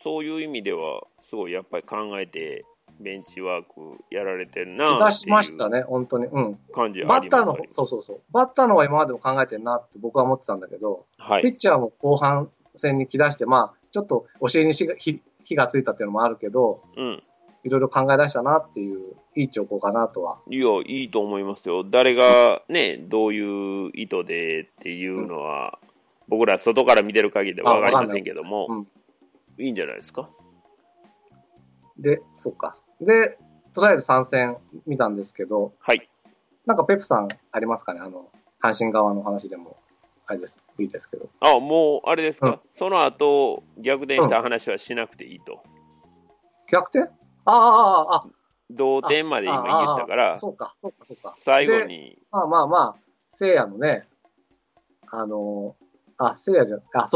Speaker 1: そういう意味では、すごいやっぱり考えて、ベンチワークやられてるな
Speaker 2: 気
Speaker 1: あ
Speaker 2: が
Speaker 1: っ
Speaker 2: して
Speaker 1: いう
Speaker 2: ましたね、本当に。うん。
Speaker 1: 感じあ
Speaker 2: バ
Speaker 1: り
Speaker 2: ッ
Speaker 1: ま
Speaker 2: タ
Speaker 1: す
Speaker 2: ーの
Speaker 1: あり
Speaker 2: 方
Speaker 1: ま、す
Speaker 2: そうそうそう。バッターの方は今までも考えてるなって僕は思ってたんだけど、
Speaker 1: は
Speaker 2: ピ
Speaker 1: い。
Speaker 2: ッチャーも後半戦に来だして、まあ、ちょっと教えに火が火火がついたっていうのもあるけど、
Speaker 1: うん。
Speaker 2: いろいろ考え出したなっていう、いい兆候かなとは。
Speaker 1: いや、いいと思いますよ。誰がね、どういう意図でっていうのは、僕ら外から見てる限りでは分かりませんけど
Speaker 2: あわかん
Speaker 1: も、いいんじゃないですか。
Speaker 2: で、そっか。で、とりあえず参戦見たんですけど、
Speaker 1: はい。
Speaker 2: なんかペップさんありますかねあの、阪神側の話でも。あれです。いいですけど。
Speaker 1: あ、もう、あれですか、
Speaker 2: うん
Speaker 1: その後、逆転した話はしなくていいと。
Speaker 2: 逆転ああ、ああ、
Speaker 1: 同点まで今言ったか
Speaker 2: ああ、
Speaker 1: ら、
Speaker 2: そうか、そうか、そうか。
Speaker 1: 最後に、
Speaker 2: まあまあまあ、聖夜のね、あの、あ、聖夜じゃ、あ、そう